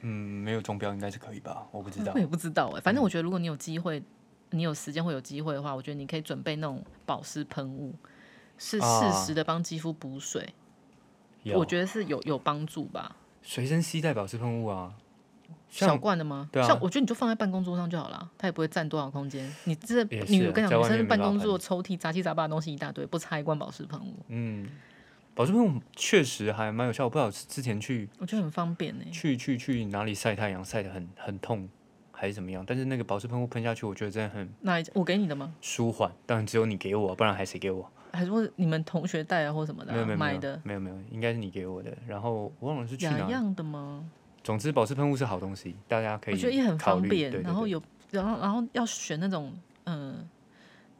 Speaker 1: 嗯，没有中标应该是可以吧？我不知道嗯
Speaker 2: 我，也不知道哎、反正我觉得如果你有机会，你有时间会有机会的话，我觉得你可以准备那种保湿喷雾，是适
Speaker 1: 啊
Speaker 2: 时的帮肌肤补水，
Speaker 1: 嗯有
Speaker 2: 我觉得是有有帮助吧。
Speaker 1: 随身携带保湿喷雾啊，
Speaker 2: 小
Speaker 1: 像
Speaker 2: 罐的吗？
Speaker 1: 对啊
Speaker 2: 像我觉得你就放在办公桌上就好了，它也不会占多少空间。你这
Speaker 1: 也
Speaker 2: 你
Speaker 1: 是
Speaker 2: 我跟你
Speaker 1: 在
Speaker 2: 讲，女
Speaker 1: 外面
Speaker 2: 生
Speaker 1: 没办
Speaker 2: 办
Speaker 1: 法
Speaker 2: 公
Speaker 1: 喷
Speaker 2: 桌抽屉杂七杂八的东西一大堆，不擦一罐保湿喷雾，
Speaker 1: 嗯，保湿喷雾确实还蛮有效。我不知道之前去
Speaker 2: 我觉得很方便欸呢、
Speaker 1: 去去去哪里晒太阳晒得很很痛还是怎么样，但是那个保湿喷雾喷下去，我觉得真的很
Speaker 2: 那我给你的吗？
Speaker 1: 舒缓。当然只有你给我，不然还谁给我？
Speaker 2: 还是说你们同学带啊，或什么的、
Speaker 1: 没有
Speaker 2: 啊、
Speaker 1: 没有没
Speaker 2: 买
Speaker 1: 有
Speaker 2: 的
Speaker 1: 没有没有，应该是你给我的。然后我忘了是去
Speaker 2: 雅
Speaker 1: 哪里。
Speaker 2: 漾的吗？
Speaker 1: 总之，保湿喷雾是好东西，大家可以
Speaker 2: 我觉得也很
Speaker 1: 考
Speaker 2: 方
Speaker 1: 虑
Speaker 2: 便。
Speaker 1: 对对
Speaker 2: 然后
Speaker 1: 对
Speaker 2: 有，然后然后要选那种，嗯、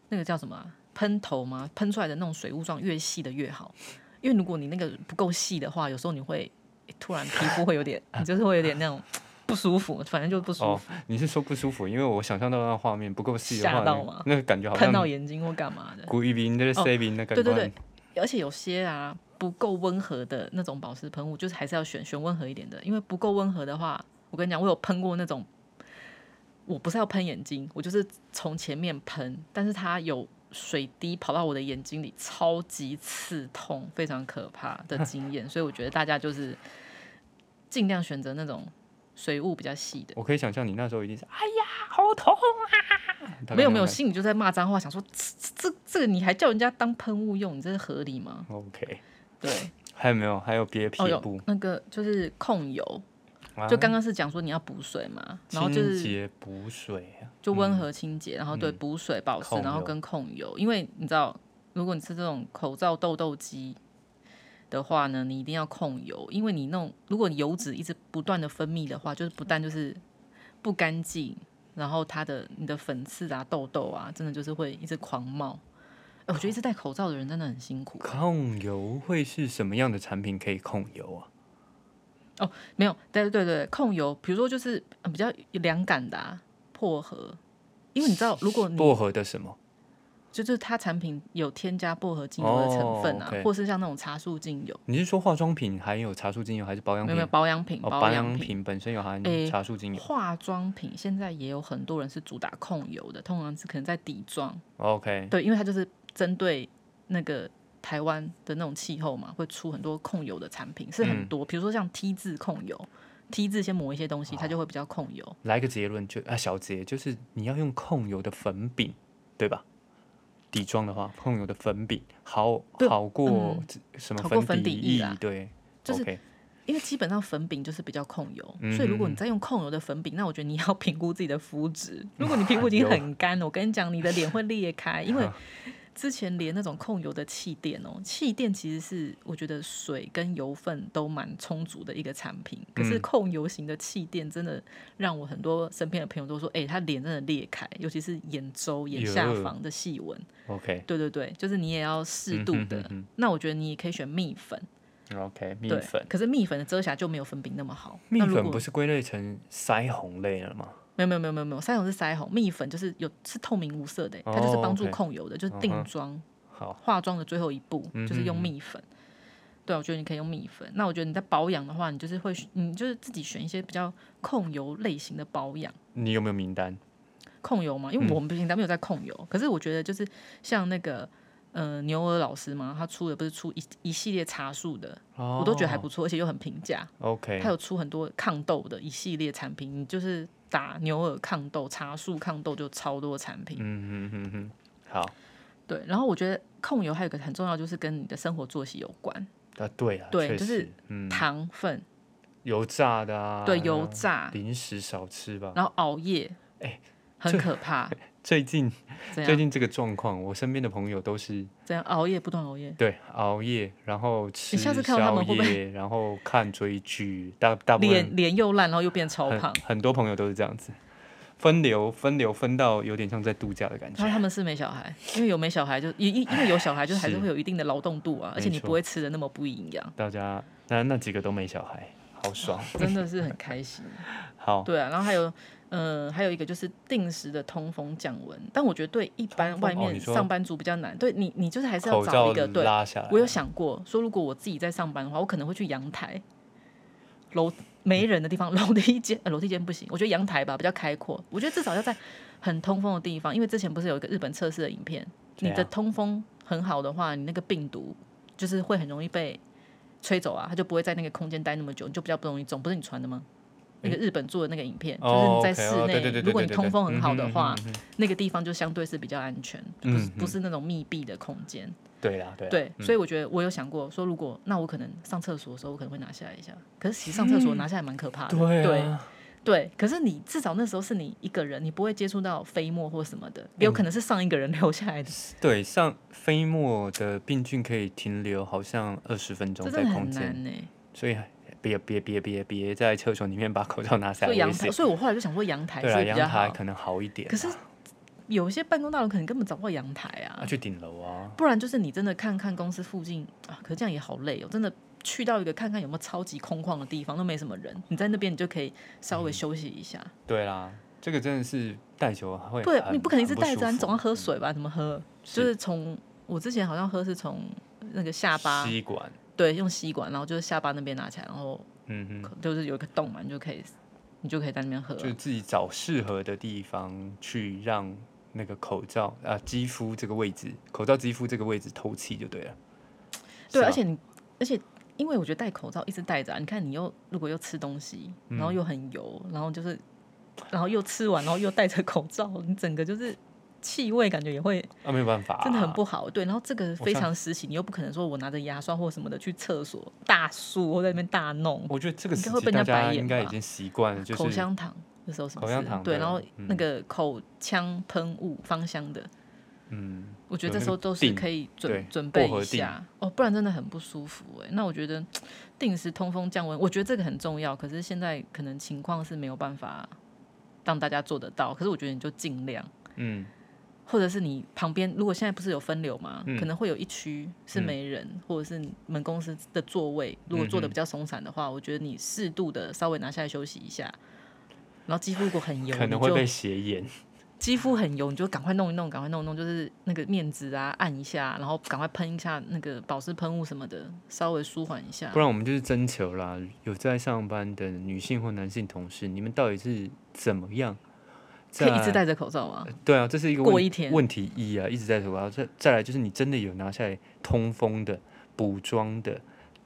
Speaker 2: 那个叫什么啊、喷头吗？喷出来的那种水雾状，越细的越好。因为如果你那个不够细的话，有时候你会、诶突然皮肤会有点， 你就是会有点那种不舒服，反正就不舒
Speaker 1: 哦
Speaker 2: 服，，
Speaker 1: 你是说不舒服？因为我想象到那画面不够细的
Speaker 2: 吓
Speaker 1: 话，
Speaker 2: 到吗
Speaker 1: 那那个感觉好
Speaker 2: 喷
Speaker 1: 像
Speaker 2: 到眼睛或干嘛的。哦
Speaker 1: 古一冰那个 saving 那个
Speaker 2: 对对对，而且有些啊不够温和的那种保湿喷雾，就是还是要选选温和一点的，因为不够温和的话，我跟你讲，我有喷过那种，我不是要喷眼睛，我就是从前面喷，但是它有水滴跑到我的眼睛里，超级刺痛，非常可怕的经验，所以我觉得大家就是尽量选择那种水雾比较细的。
Speaker 1: 我可以想象你那时候一定是哎呀，好痛啊！
Speaker 2: 没有没有，心里就在骂脏话，想说这这这个你还叫人家当喷雾用，你这是合理吗？
Speaker 1: ，OK。
Speaker 2: 对，
Speaker 1: 还有没有？还有别的
Speaker 2: 哦，
Speaker 1: 撇
Speaker 2: 有
Speaker 1: 步，
Speaker 2: 那个就是控油，
Speaker 1: 啊
Speaker 2: 就刚刚是讲说你要补水嘛，然后就
Speaker 1: 清
Speaker 2: 是
Speaker 1: 洁补水啊，
Speaker 2: 就温和清洁，然后对补水保湿，
Speaker 1: 控
Speaker 2: 然后
Speaker 1: 油
Speaker 2: 跟控油，因为你知道，如果你吃这种口罩痘痘肌的话呢，你一定要控油，因为你弄如果你油脂一直不断的分泌的话，就是不但就是不干净，然后它的你的粉刺啊、痘痘啊，真的就是会一直狂冒。哎我觉得一直戴口罩的人真的很辛苦。
Speaker 1: 控油会是什么样的产品可以控油啊？
Speaker 2: 没有，对对对，控油，比如说就是呃比较凉感的、啊、薄荷，因为你知道，如果你
Speaker 1: 薄荷的什么？
Speaker 2: 就是它产品有添加薄荷精油的成分啊，
Speaker 1: 哦，OK
Speaker 2: 或是像那种茶树精油，
Speaker 1: 你是说化妆品含有茶树精油，还是保养
Speaker 2: 没
Speaker 1: 品
Speaker 2: 有没有？保养品，
Speaker 1: 哦，
Speaker 2: 保
Speaker 1: 保
Speaker 2: 养
Speaker 1: 养
Speaker 2: 品。
Speaker 1: 品本身有含
Speaker 2: 诶
Speaker 1: 茶树精油。
Speaker 2: 化妆品现在也有很多人是主打控油的，通常是可能在底妆，
Speaker 1: OK，
Speaker 2: 对，因为它就是针对那个台湾的那种气候嘛，会出很多控油的产品，是很
Speaker 1: 嗯
Speaker 2: 多，比如说像 T 字控油，T 字先抹一些东西，它就会比较控油。
Speaker 1: 来个结论就啊，小结就是你要用控油的粉饼，对吧？底妆的话，控油的粉饼好
Speaker 2: 对嗯
Speaker 1: 好过、什么
Speaker 2: 好过粉
Speaker 1: 底
Speaker 2: 底液啦
Speaker 1: 对，
Speaker 2: 就是
Speaker 1: OK，
Speaker 2: 因为基本上粉饼就是比较控油，
Speaker 1: 嗯
Speaker 2: 所以如果你再用控油的粉饼，那我觉得你要 评估自己的肤质。如果你皮肤已 经很干，我跟你讲，你的脸会裂开，因为之前连那种控油的气垫哦，气垫其实是我觉得水跟油分都蛮充足的一个产品，可
Speaker 1: 嗯
Speaker 2: 是控油型的气垫真的让我很多身边的朋友都说，哎、他脸真的裂开，尤其是眼周、眼下
Speaker 1: 哟
Speaker 2: 方的细纹。
Speaker 1: OK
Speaker 2: 对对对，就是你也要适度的。
Speaker 1: 嗯哼哼
Speaker 2: 那我觉得你也可以选蜜粉。
Speaker 1: OK，蜜
Speaker 2: 对，
Speaker 1: 粉，
Speaker 2: 可是蜜粉的遮瑕就没有粉饼那么好。
Speaker 1: 蜜
Speaker 2: 那如
Speaker 1: 粉
Speaker 2: 果
Speaker 1: 不是归类成腮红类了吗？
Speaker 2: 没有没有没有没有没有，腮红是腮红，蜜粉就是有是透明无色的，它就是
Speaker 1: 哦
Speaker 2: 帮助
Speaker 1: ，OK
Speaker 2: 控油的，就是定妆、
Speaker 1: 好，
Speaker 2: 化妆的最后一步，就是
Speaker 1: 嗯
Speaker 2: 用
Speaker 1: 哼
Speaker 2: 蜜粉。对，啊我觉得你可以用蜜粉。那我觉得你在保养的话，你就是会，你就是自己选一些比较控油类型的保养。
Speaker 1: 你有没有名单？
Speaker 2: 控油嘛，因
Speaker 1: 嗯
Speaker 2: 为我们平常没有在控油，可是我觉得就是像那个呃牛尔老师嘛，他出的不是出一一系列茶树的，我都觉
Speaker 1: 哦
Speaker 2: 得还不错，而且又很平价。
Speaker 1: OK，
Speaker 2: 它有出很多抗痘的一系列产品，你就是打牛耳抗痘、茶树抗痘就超多产品。
Speaker 1: 嗯嗯嗯嗯，好
Speaker 2: 对，然后我觉得控油还有一个很重要，就是跟你的生活作息有关，
Speaker 1: 啊，对啊，
Speaker 2: 对
Speaker 1: 确
Speaker 2: 就是
Speaker 1: 实嗯，
Speaker 2: 糖分、
Speaker 1: 油炸的啊，
Speaker 2: 对油炸，
Speaker 1: 零食少吃吧。
Speaker 2: 然后熬夜，
Speaker 1: 哎
Speaker 2: 很可 怕。
Speaker 1: 最近最
Speaker 2: 怎样？
Speaker 1: 近这个状况，我身边的朋友都是
Speaker 2: 怎样？熬夜不断熬夜，
Speaker 1: 对，熬夜，然后吃
Speaker 2: 下
Speaker 1: 宵
Speaker 2: 次
Speaker 1: 夜，
Speaker 2: 看到他们会不会
Speaker 1: 然后看追剧，大大部分
Speaker 2: 脸脸又烂，然后又变超
Speaker 1: 很
Speaker 2: 胖。
Speaker 1: 很多朋友都是这样子，分流分流分到有点像在度假的感
Speaker 2: 然
Speaker 1: 觉。
Speaker 2: 后他们是没小孩，因为有没小孩就因因因为有小孩就还是
Speaker 1: 是
Speaker 2: 会有一定的劳动度啊，而且
Speaker 1: 没
Speaker 2: 你
Speaker 1: 错
Speaker 2: 不会吃的那么不营养，
Speaker 1: 大家那那几个都没小孩，好爽。
Speaker 2: 真的是很开心。
Speaker 1: 好，
Speaker 2: 对啊，然后还有，呃，还有一个就是定时的通风降温，但我觉得对一般
Speaker 1: 通风
Speaker 2: 外
Speaker 1: 哦
Speaker 2: 面
Speaker 1: 你说
Speaker 2: 上班族比较难。对你，你就是还是要
Speaker 1: 口
Speaker 2: 找
Speaker 1: 罩
Speaker 2: 一个。对，
Speaker 1: 拉下来。
Speaker 2: 我有想过说，如果我自己在上班的话，我可能会去阳台，楼没人的地方，楼梯间、呃楼梯间不行，我觉得阳台吧比较开阔。我觉得至少要在很通风的地方，因为之前不是有一个日本测试的影片，
Speaker 1: 怎
Speaker 2: 你的
Speaker 1: 样
Speaker 2: 通风很好的话，你那个病毒就是会很容易被吹走啊，它就不会在那个空间待那么久，你就比较不容易中。不是你传的吗？那个日本做的那个影片，就是
Speaker 1: 哦
Speaker 2: 你在
Speaker 1: OK，
Speaker 2: 室
Speaker 1: 哦对对对对
Speaker 2: 内，如果你
Speaker 1: 对对
Speaker 2: 通风很好的
Speaker 1: 嗯哼
Speaker 2: 话
Speaker 1: 嗯哼嗯，
Speaker 2: 那个地方就相对是比较安全，就不是
Speaker 1: 嗯哼
Speaker 2: 不是那种密闭的空间。
Speaker 1: 对啦，对啦嗯
Speaker 2: 对，所以我觉得我有想过说，如果那我可能上厕所的时候，我可能会拿下来一下。可是其实上厕所拿下来蛮可怕的，
Speaker 1: 对
Speaker 2: 对
Speaker 1: 啊，
Speaker 2: 对。可是你至少那时候是你一个人，你不会接触到飞沫或什么的，也有
Speaker 1: 嗯
Speaker 2: 可能是上一个人留下来的，
Speaker 1: 对上飞沫的病菌可以停留好像二十分钟
Speaker 2: 这
Speaker 1: 在
Speaker 2: 真的
Speaker 1: 空
Speaker 2: 很
Speaker 1: 间，
Speaker 2: 难呢、
Speaker 1: 所以别别别别别在厕所里面把口罩拿下
Speaker 2: 所
Speaker 1: 来，
Speaker 2: 以阳
Speaker 1: 危
Speaker 2: 台，
Speaker 1: 险。
Speaker 2: 所以我后来就想说阳台
Speaker 1: 对
Speaker 2: 是
Speaker 1: 啦，
Speaker 2: 不是比较
Speaker 1: 阳台
Speaker 2: 好。
Speaker 1: 可能好一点啦。
Speaker 2: 可是有一些办公大楼可能根本找不到阳台啊
Speaker 1: 啊，，去顶楼啊，
Speaker 2: 不然就是你真的看看公司附近啊，可是这样也好累哦，真的。去到一个看看有没有超级空旷的地方，都没什么人，你在那边你就可以稍
Speaker 1: 嗯
Speaker 2: 微休息一下。
Speaker 1: 对啦，这个真的是带球会
Speaker 2: 对，
Speaker 1: 很
Speaker 2: 你不可能一直
Speaker 1: 很
Speaker 2: 带
Speaker 1: 舒
Speaker 2: 着啊，你
Speaker 1: 服嗯
Speaker 2: 总要喝水吧？怎么喝？就是是从我之前好像喝是从那个下巴，
Speaker 1: 嗯吸管，
Speaker 2: 对，用吸管，然后就是下巴那边拿起来，然后
Speaker 1: 嗯
Speaker 2: 可就是有一个洞嘛，你就可以，你就可以在那边喝
Speaker 1: 哼，
Speaker 2: 啊。
Speaker 1: 就自己找适合的地方去让那个口罩啊肌肤这个位置，口罩肌肤这个位置透气就对了。是
Speaker 2: 对，
Speaker 1: 啊吧
Speaker 2: 而且你，而且因为我觉得戴口罩一直戴着、啊，你看你又如果又吃东西，
Speaker 1: 嗯
Speaker 2: 然后又很油，然后就是，然后又吃完，然后又戴着口罩，你整个就是气味感觉也会
Speaker 1: 啊没有办法，
Speaker 2: 真的很不好，对。然后这个非
Speaker 1: 上
Speaker 2: 常时期，你又不可能说我拿着牙刷或什么的去厕所大漱或在那边大弄，
Speaker 1: 我觉得这个
Speaker 2: 应该
Speaker 1: 时
Speaker 2: 会
Speaker 1: 期
Speaker 2: 被人
Speaker 1: 大
Speaker 2: 家白
Speaker 1: 家
Speaker 2: 眼
Speaker 1: 应该已
Speaker 2: 吧
Speaker 1: 经习惯了，就
Speaker 2: 口
Speaker 1: 是
Speaker 2: 香糖那时候什么
Speaker 1: 口香
Speaker 2: 事
Speaker 1: 糖
Speaker 2: 对，
Speaker 1: 对
Speaker 2: 然后
Speaker 1: 嗯
Speaker 2: 那个口腔喷雾芳香的，
Speaker 1: 嗯，
Speaker 2: 我觉得
Speaker 1: 有
Speaker 2: 这
Speaker 1: 那
Speaker 2: 时候
Speaker 1: 个
Speaker 2: 都是
Speaker 1: 锭
Speaker 2: 可以
Speaker 1: 对
Speaker 2: 准准备
Speaker 1: 薄荷
Speaker 2: 一下哦，不然真的很不舒服哎、那我觉得定时通风降温，我觉得这个很重要，可是现在可能情况是没有办法让大家做得到，可是我觉得你就尽量，
Speaker 1: 嗯
Speaker 2: 或者是你旁边如果现在不是有分流嘛，
Speaker 1: 嗯
Speaker 2: 可能会有一区是没人，或者是你们公司的座位如果
Speaker 1: 嗯
Speaker 2: 坐的比较松散的话，我觉得你适度的稍微拿下来休息一下。然后肌肤如果很油，
Speaker 1: 可能
Speaker 2: 你
Speaker 1: 会
Speaker 2: 就
Speaker 1: 被斜眼。
Speaker 2: 肌肤很油，你就赶快弄一弄，赶快弄一弄，就是那个面纸啊，按一下，然后赶快喷一下那个保湿喷雾什么的，稍微舒缓一下
Speaker 1: 不。然我们就是征求啦，有在上班的女性或男性同事，你们到底是怎么样在？
Speaker 2: 可以一直戴着口罩吗？
Speaker 1: 对啊，这是一个
Speaker 2: 过
Speaker 1: 问
Speaker 2: 一天
Speaker 1: 问题一啊，一直在说啊。再再来就是你真的有拿下来通风的、补妆的、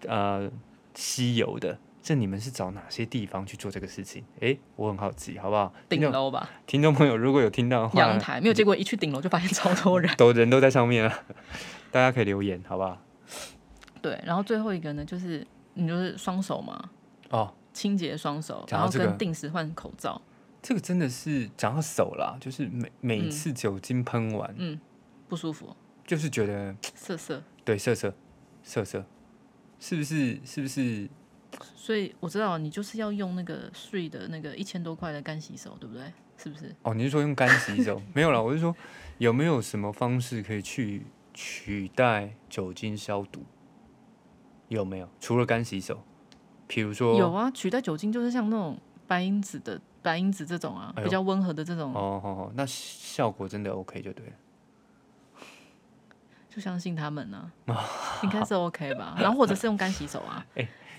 Speaker 1: 呃吸油的，这你们是找哪些地方去做这个事情？诶，我很好奇，好不好？听
Speaker 2: 顶
Speaker 1: 众
Speaker 2: 楼吧，
Speaker 1: 听众朋友，如果有听到的
Speaker 2: 阳
Speaker 1: 话，
Speaker 2: 台没有结果，一去顶楼就发现超多人。
Speaker 1: 都人都在上面了， 大家可以留言，好不好？
Speaker 2: 对，然后最后一个呢，就是你就是双手嘛，
Speaker 1: 哦，
Speaker 2: 清洁双手，
Speaker 1: 讲到
Speaker 2: 然后
Speaker 1: 这个
Speaker 2: 跟定时换口罩。
Speaker 1: 这个真的是讲到手啦，就是每每
Speaker 2: 嗯
Speaker 1: 次酒精喷完，
Speaker 2: 嗯，不舒服，
Speaker 1: 就是觉得
Speaker 2: 涩涩。
Speaker 1: 对色色色色，是不是？是不是？
Speaker 2: 所以我知道你就是要用那个税的那个一千多块的干洗手，对不对？是不是？
Speaker 1: 哦，你是说用干洗手？ 没有啦，我是说有没有什么方式可以去取代酒精消毒？有没有？除了干洗手，比如说
Speaker 2: 有啊，取代酒精就是像那种白因子的白因子这种啊，
Speaker 1: 哎呦
Speaker 2: 比较温和的这种，
Speaker 1: 哦，好好，那效果真的 OK 就对了。
Speaker 2: 就相信他们 呢、啊，应该是 OK 吧。然后或者是用干洗手啊，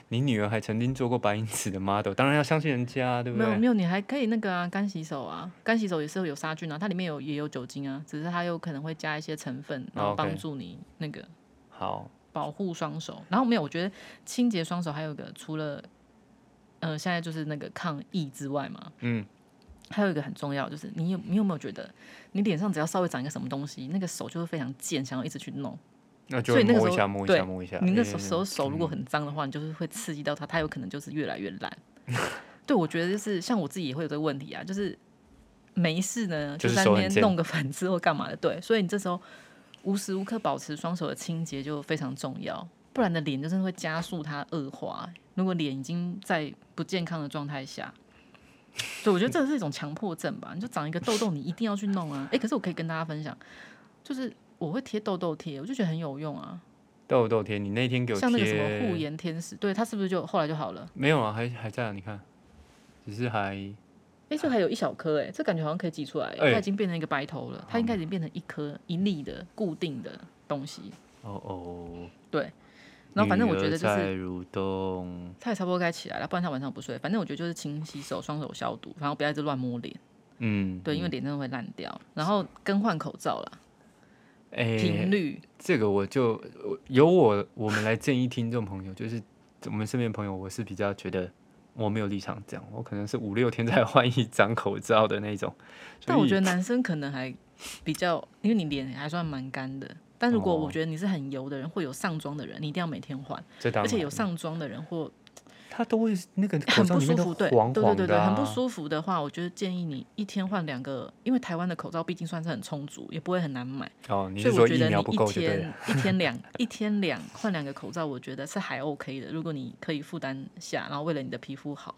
Speaker 1: 你女儿还曾经做过白银子的 model，当然要相信人家啊，对不
Speaker 2: 没有
Speaker 1: 对？
Speaker 2: 没有，你还可以那个啊，干洗手啊，干洗手也是会有杀菌啊，它里面有也有酒精啊，只是它有可能会加一些成分，然后
Speaker 1: 哦 OK
Speaker 2: 帮助你那个
Speaker 1: 好，
Speaker 2: 保护双手。然后没有，我觉得清洁双手还有一个除了呃现在就是那个抗疫之外嘛，
Speaker 1: 嗯，
Speaker 2: 还有一个很重要就是你有你有没有觉得你脸上只要稍微长一个什么东西，那个手就会非常贱，想要一直去弄。
Speaker 1: 那就
Speaker 2: 所以
Speaker 1: 会
Speaker 2: 那个
Speaker 1: 摸一
Speaker 2: 时
Speaker 1: 下，
Speaker 2: 候
Speaker 1: 摸一
Speaker 2: 对
Speaker 1: 下，摸一下。
Speaker 2: 你那
Speaker 1: 哎
Speaker 2: 时候时候手如果很脏的话，你就是会刺激到它，它有可能就是越来越烂。 对，我觉得就是像我自己也会有这个问题啊，就是没事呢，
Speaker 1: 就是
Speaker 2: 在
Speaker 1: 手
Speaker 2: 那
Speaker 1: 很
Speaker 2: 边
Speaker 1: 贱
Speaker 2: 弄个粉刺或干嘛的。对，所以你这时候无时无刻保持双手的清洁就非常重要，不然你的脸就是会加速它恶化。如果脸已经在不健康的状态下，所以我觉得这是一种强迫症吧。你就长一个痘痘，你一定要去弄啊。诶，可是我可以跟大家分享，就是我会贴痘痘贴，我就觉得很有用啊。
Speaker 1: 痘痘贴，你那天给我
Speaker 2: 像那个什么
Speaker 1: 贴
Speaker 2: 护眼天使，对它是不是就后来就好了？
Speaker 1: 没有啊，还还在啊，你看，只是还
Speaker 2: 哎、这还有一小颗哎、这感觉好像可以挤出来、
Speaker 1: 啊哎
Speaker 2: 它已经变成一个白头了，它应该已经变成一颗一粒的固定的东西。
Speaker 1: 哦哦。
Speaker 2: 对，然后反正我觉得
Speaker 1: 女
Speaker 2: 就
Speaker 1: 儿
Speaker 2: 是
Speaker 1: 在蠕动，
Speaker 2: 它也差不多该起来了，不然它晚上不睡。反正我觉得就是勤洗手、双手消毒，然后不要一直乱摸脸，
Speaker 1: 嗯，
Speaker 2: 对，因为脸真的会烂掉。然后更换口罩啦，
Speaker 1: 哎、
Speaker 2: 频率
Speaker 1: 这个我就我由我我们来建议听众朋友，就是我们身边朋友，我是比较觉得我没有立场讲，我可能是五六天才换一张口罩的那种。
Speaker 2: 但我觉
Speaker 1: 得
Speaker 2: 得男生可能还比较，因为你脸还算蛮干的。但如果
Speaker 1: 哦
Speaker 2: 我觉得你是很油的人，会有上妆的人，你一定要每天换，
Speaker 1: 这当
Speaker 2: 而
Speaker 1: 然，
Speaker 2: 且有上妆的人或
Speaker 1: 他都会那个口
Speaker 2: 很
Speaker 1: 罩
Speaker 2: 不
Speaker 1: 里
Speaker 2: 舒
Speaker 1: 面都
Speaker 2: 服，对，
Speaker 1: 黄黄的、啊
Speaker 2: 对对对对，很不舒服的话，我觉得建议你一天换两个，因为台湾的口罩毕竟算是很充足，也不会很难买，
Speaker 1: 哦，你
Speaker 2: 所
Speaker 1: 是
Speaker 2: 以
Speaker 1: 说
Speaker 2: 我觉
Speaker 1: 疫
Speaker 2: 得你
Speaker 1: 苗不
Speaker 2: 一
Speaker 1: 够就对了？
Speaker 2: 天一 天两一天两换两个口罩，我觉得是还 OK 的，如果你可以负担下，然后为了你的皮肤好，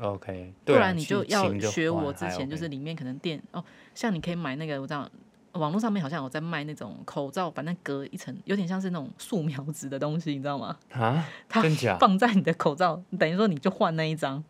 Speaker 1: OK，
Speaker 2: 不
Speaker 1: 对啊
Speaker 2: 然你就要学我之前，就。
Speaker 1: 去勤着换还
Speaker 2: 是
Speaker 1: OK
Speaker 2: 里面可能店哦，像你可以买那个，我知道。网络上面好像有在卖那种口罩，反正隔一层，有点像是那种素描纸的东西，你知道吗？
Speaker 1: 啊，
Speaker 2: 它
Speaker 1: 真假？
Speaker 2: 放在你的口罩， 等于说你就换那一张。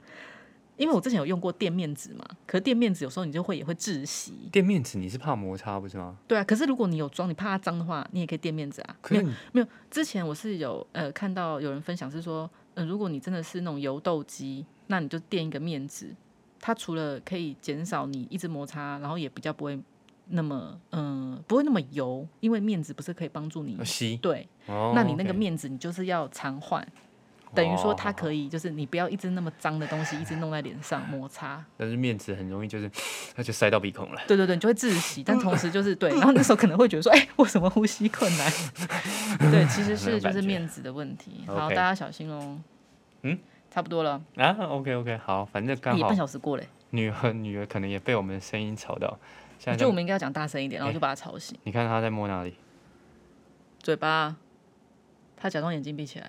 Speaker 2: 因为我之前有用过垫面纸嘛，可是垫面纸有时候你就会也会窒息，
Speaker 1: 垫面纸你是怕摩擦不是吗？
Speaker 2: 对啊。可是如果你有妆，你怕它脏的话，你也可以垫面纸啊。
Speaker 1: 可
Speaker 2: 没
Speaker 1: 是
Speaker 2: 有
Speaker 1: 你
Speaker 2: 没有，之前我是有呃看到有人分享是说，呃，如果你真的是那种油痘肌，那你就垫一个面纸，它除了可以减少你一直摩擦，然后也比较不会那么嗯、呃不会那么油，因为面纸不是可以帮助你
Speaker 1: 要吸，
Speaker 2: 对
Speaker 1: 呃哦
Speaker 2: 那你那个
Speaker 1: OK
Speaker 2: 面子你就是要常换，等于说它
Speaker 1: 哦
Speaker 2: 可以就是你不要一直那么脏的东西一直弄在脸上摩擦，
Speaker 1: 但是面纸很容易就是， 它就塞到鼻孔了。
Speaker 2: 对对对，你就会窒息，但同时就是对，然后那时候可能会觉得说，哎、为什么呼吸困难？对，其实
Speaker 1: 那
Speaker 2: 是
Speaker 1: 种
Speaker 2: 就
Speaker 1: 感
Speaker 2: 是
Speaker 1: 觉
Speaker 2: 面子的问题，好，
Speaker 1: OK
Speaker 2: 大家小心哦。
Speaker 1: 嗯，
Speaker 2: 差不多了，
Speaker 1: 啊，OK OK，好，反正刚
Speaker 2: 也
Speaker 1: 好
Speaker 2: 半小时过嘞，
Speaker 1: 女儿女儿可能也被我们的声音吵到，
Speaker 2: 我
Speaker 1: 现在
Speaker 2: 觉
Speaker 1: 哎
Speaker 2: 得我
Speaker 1: 在
Speaker 2: 们应该要讲大声一点，然后就把他吵醒，
Speaker 1: 你看她在摸哪里？
Speaker 2: 嘴巴，他假装眼睛闭起来，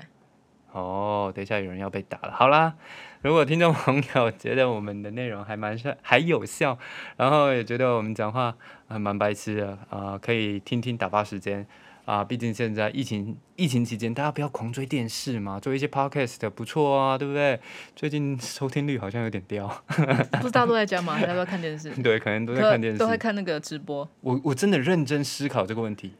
Speaker 1: 哦哦，等一下有人要被打了。好啦，如果听众朋友觉得我们的内容还蛮善，还有效，然后也觉得我们讲话还蛮白痴的啊、可以听听打发时间啊、毕竟现在疫情疫情期间，大家不要狂追电视嘛，做一些 podcast 的不错啊，对不对？最近收听率好像有点掉，
Speaker 2: 不是大家都在家吗？大家都在看电视，
Speaker 1: 对，可能 都在看电视，
Speaker 2: 都会看那个直播。
Speaker 1: 我我真的认真思考这个问题，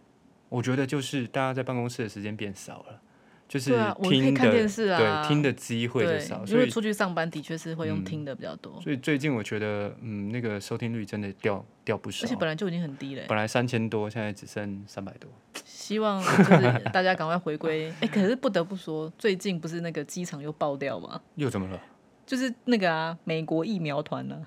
Speaker 1: 我觉得就是大家在办公室的时间变少了，就是
Speaker 2: 对啊我可以
Speaker 1: 听的
Speaker 2: 看电视啊
Speaker 1: 对听的机会就
Speaker 2: 对
Speaker 1: 少，，
Speaker 2: 因
Speaker 1: 所
Speaker 2: 为
Speaker 1: 以嗯
Speaker 2: 出去上班的确是会用听的比较多，
Speaker 1: 所以最近我觉得嗯那个收听率真的掉掉不少
Speaker 2: 而且，本来就已经很低了欸。
Speaker 1: 本来三千多，现在只剩三百多，
Speaker 2: 希望就是大家赶快回归。 哎，可是不得不说，最近不是那个机场又爆掉吗？
Speaker 1: 又怎么了？
Speaker 2: 就是那个啊，美国疫苗团呢、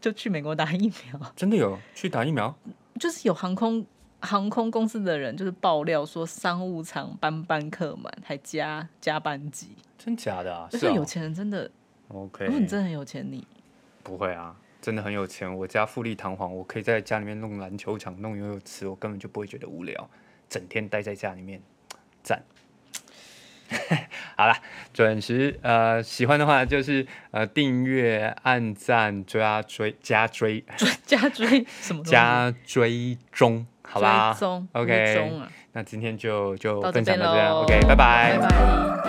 Speaker 2: 就去美国打疫苗，
Speaker 1: 啊真的有去打疫苗？
Speaker 2: 就是有航空航空公司的人就是爆料说，商务舱班班客满，还加加班机，
Speaker 1: 真假的啊？
Speaker 2: 就是是有
Speaker 1: 哦
Speaker 2: 钱人真的，
Speaker 1: ，OK，
Speaker 2: 如果你真的很有钱，你
Speaker 1: 不会啊。真的很有钱，我家富丽堂皇，我可以在家里面弄篮球场、弄游泳池，我根本就不会觉得无聊，整天待在家里面，赞。 好啦，准时呃，喜欢的话就是呃订阅、按赞、加追、加追、
Speaker 2: 加追什么东西
Speaker 1: 加追踪，好吧
Speaker 2: 追踪
Speaker 1: ？OK，
Speaker 2: 追踪啊，
Speaker 1: 那今天就就
Speaker 2: 到这
Speaker 1: 分享
Speaker 2: 边
Speaker 1: 到这样
Speaker 2: 喽
Speaker 1: ，OK，拜
Speaker 2: 拜拜。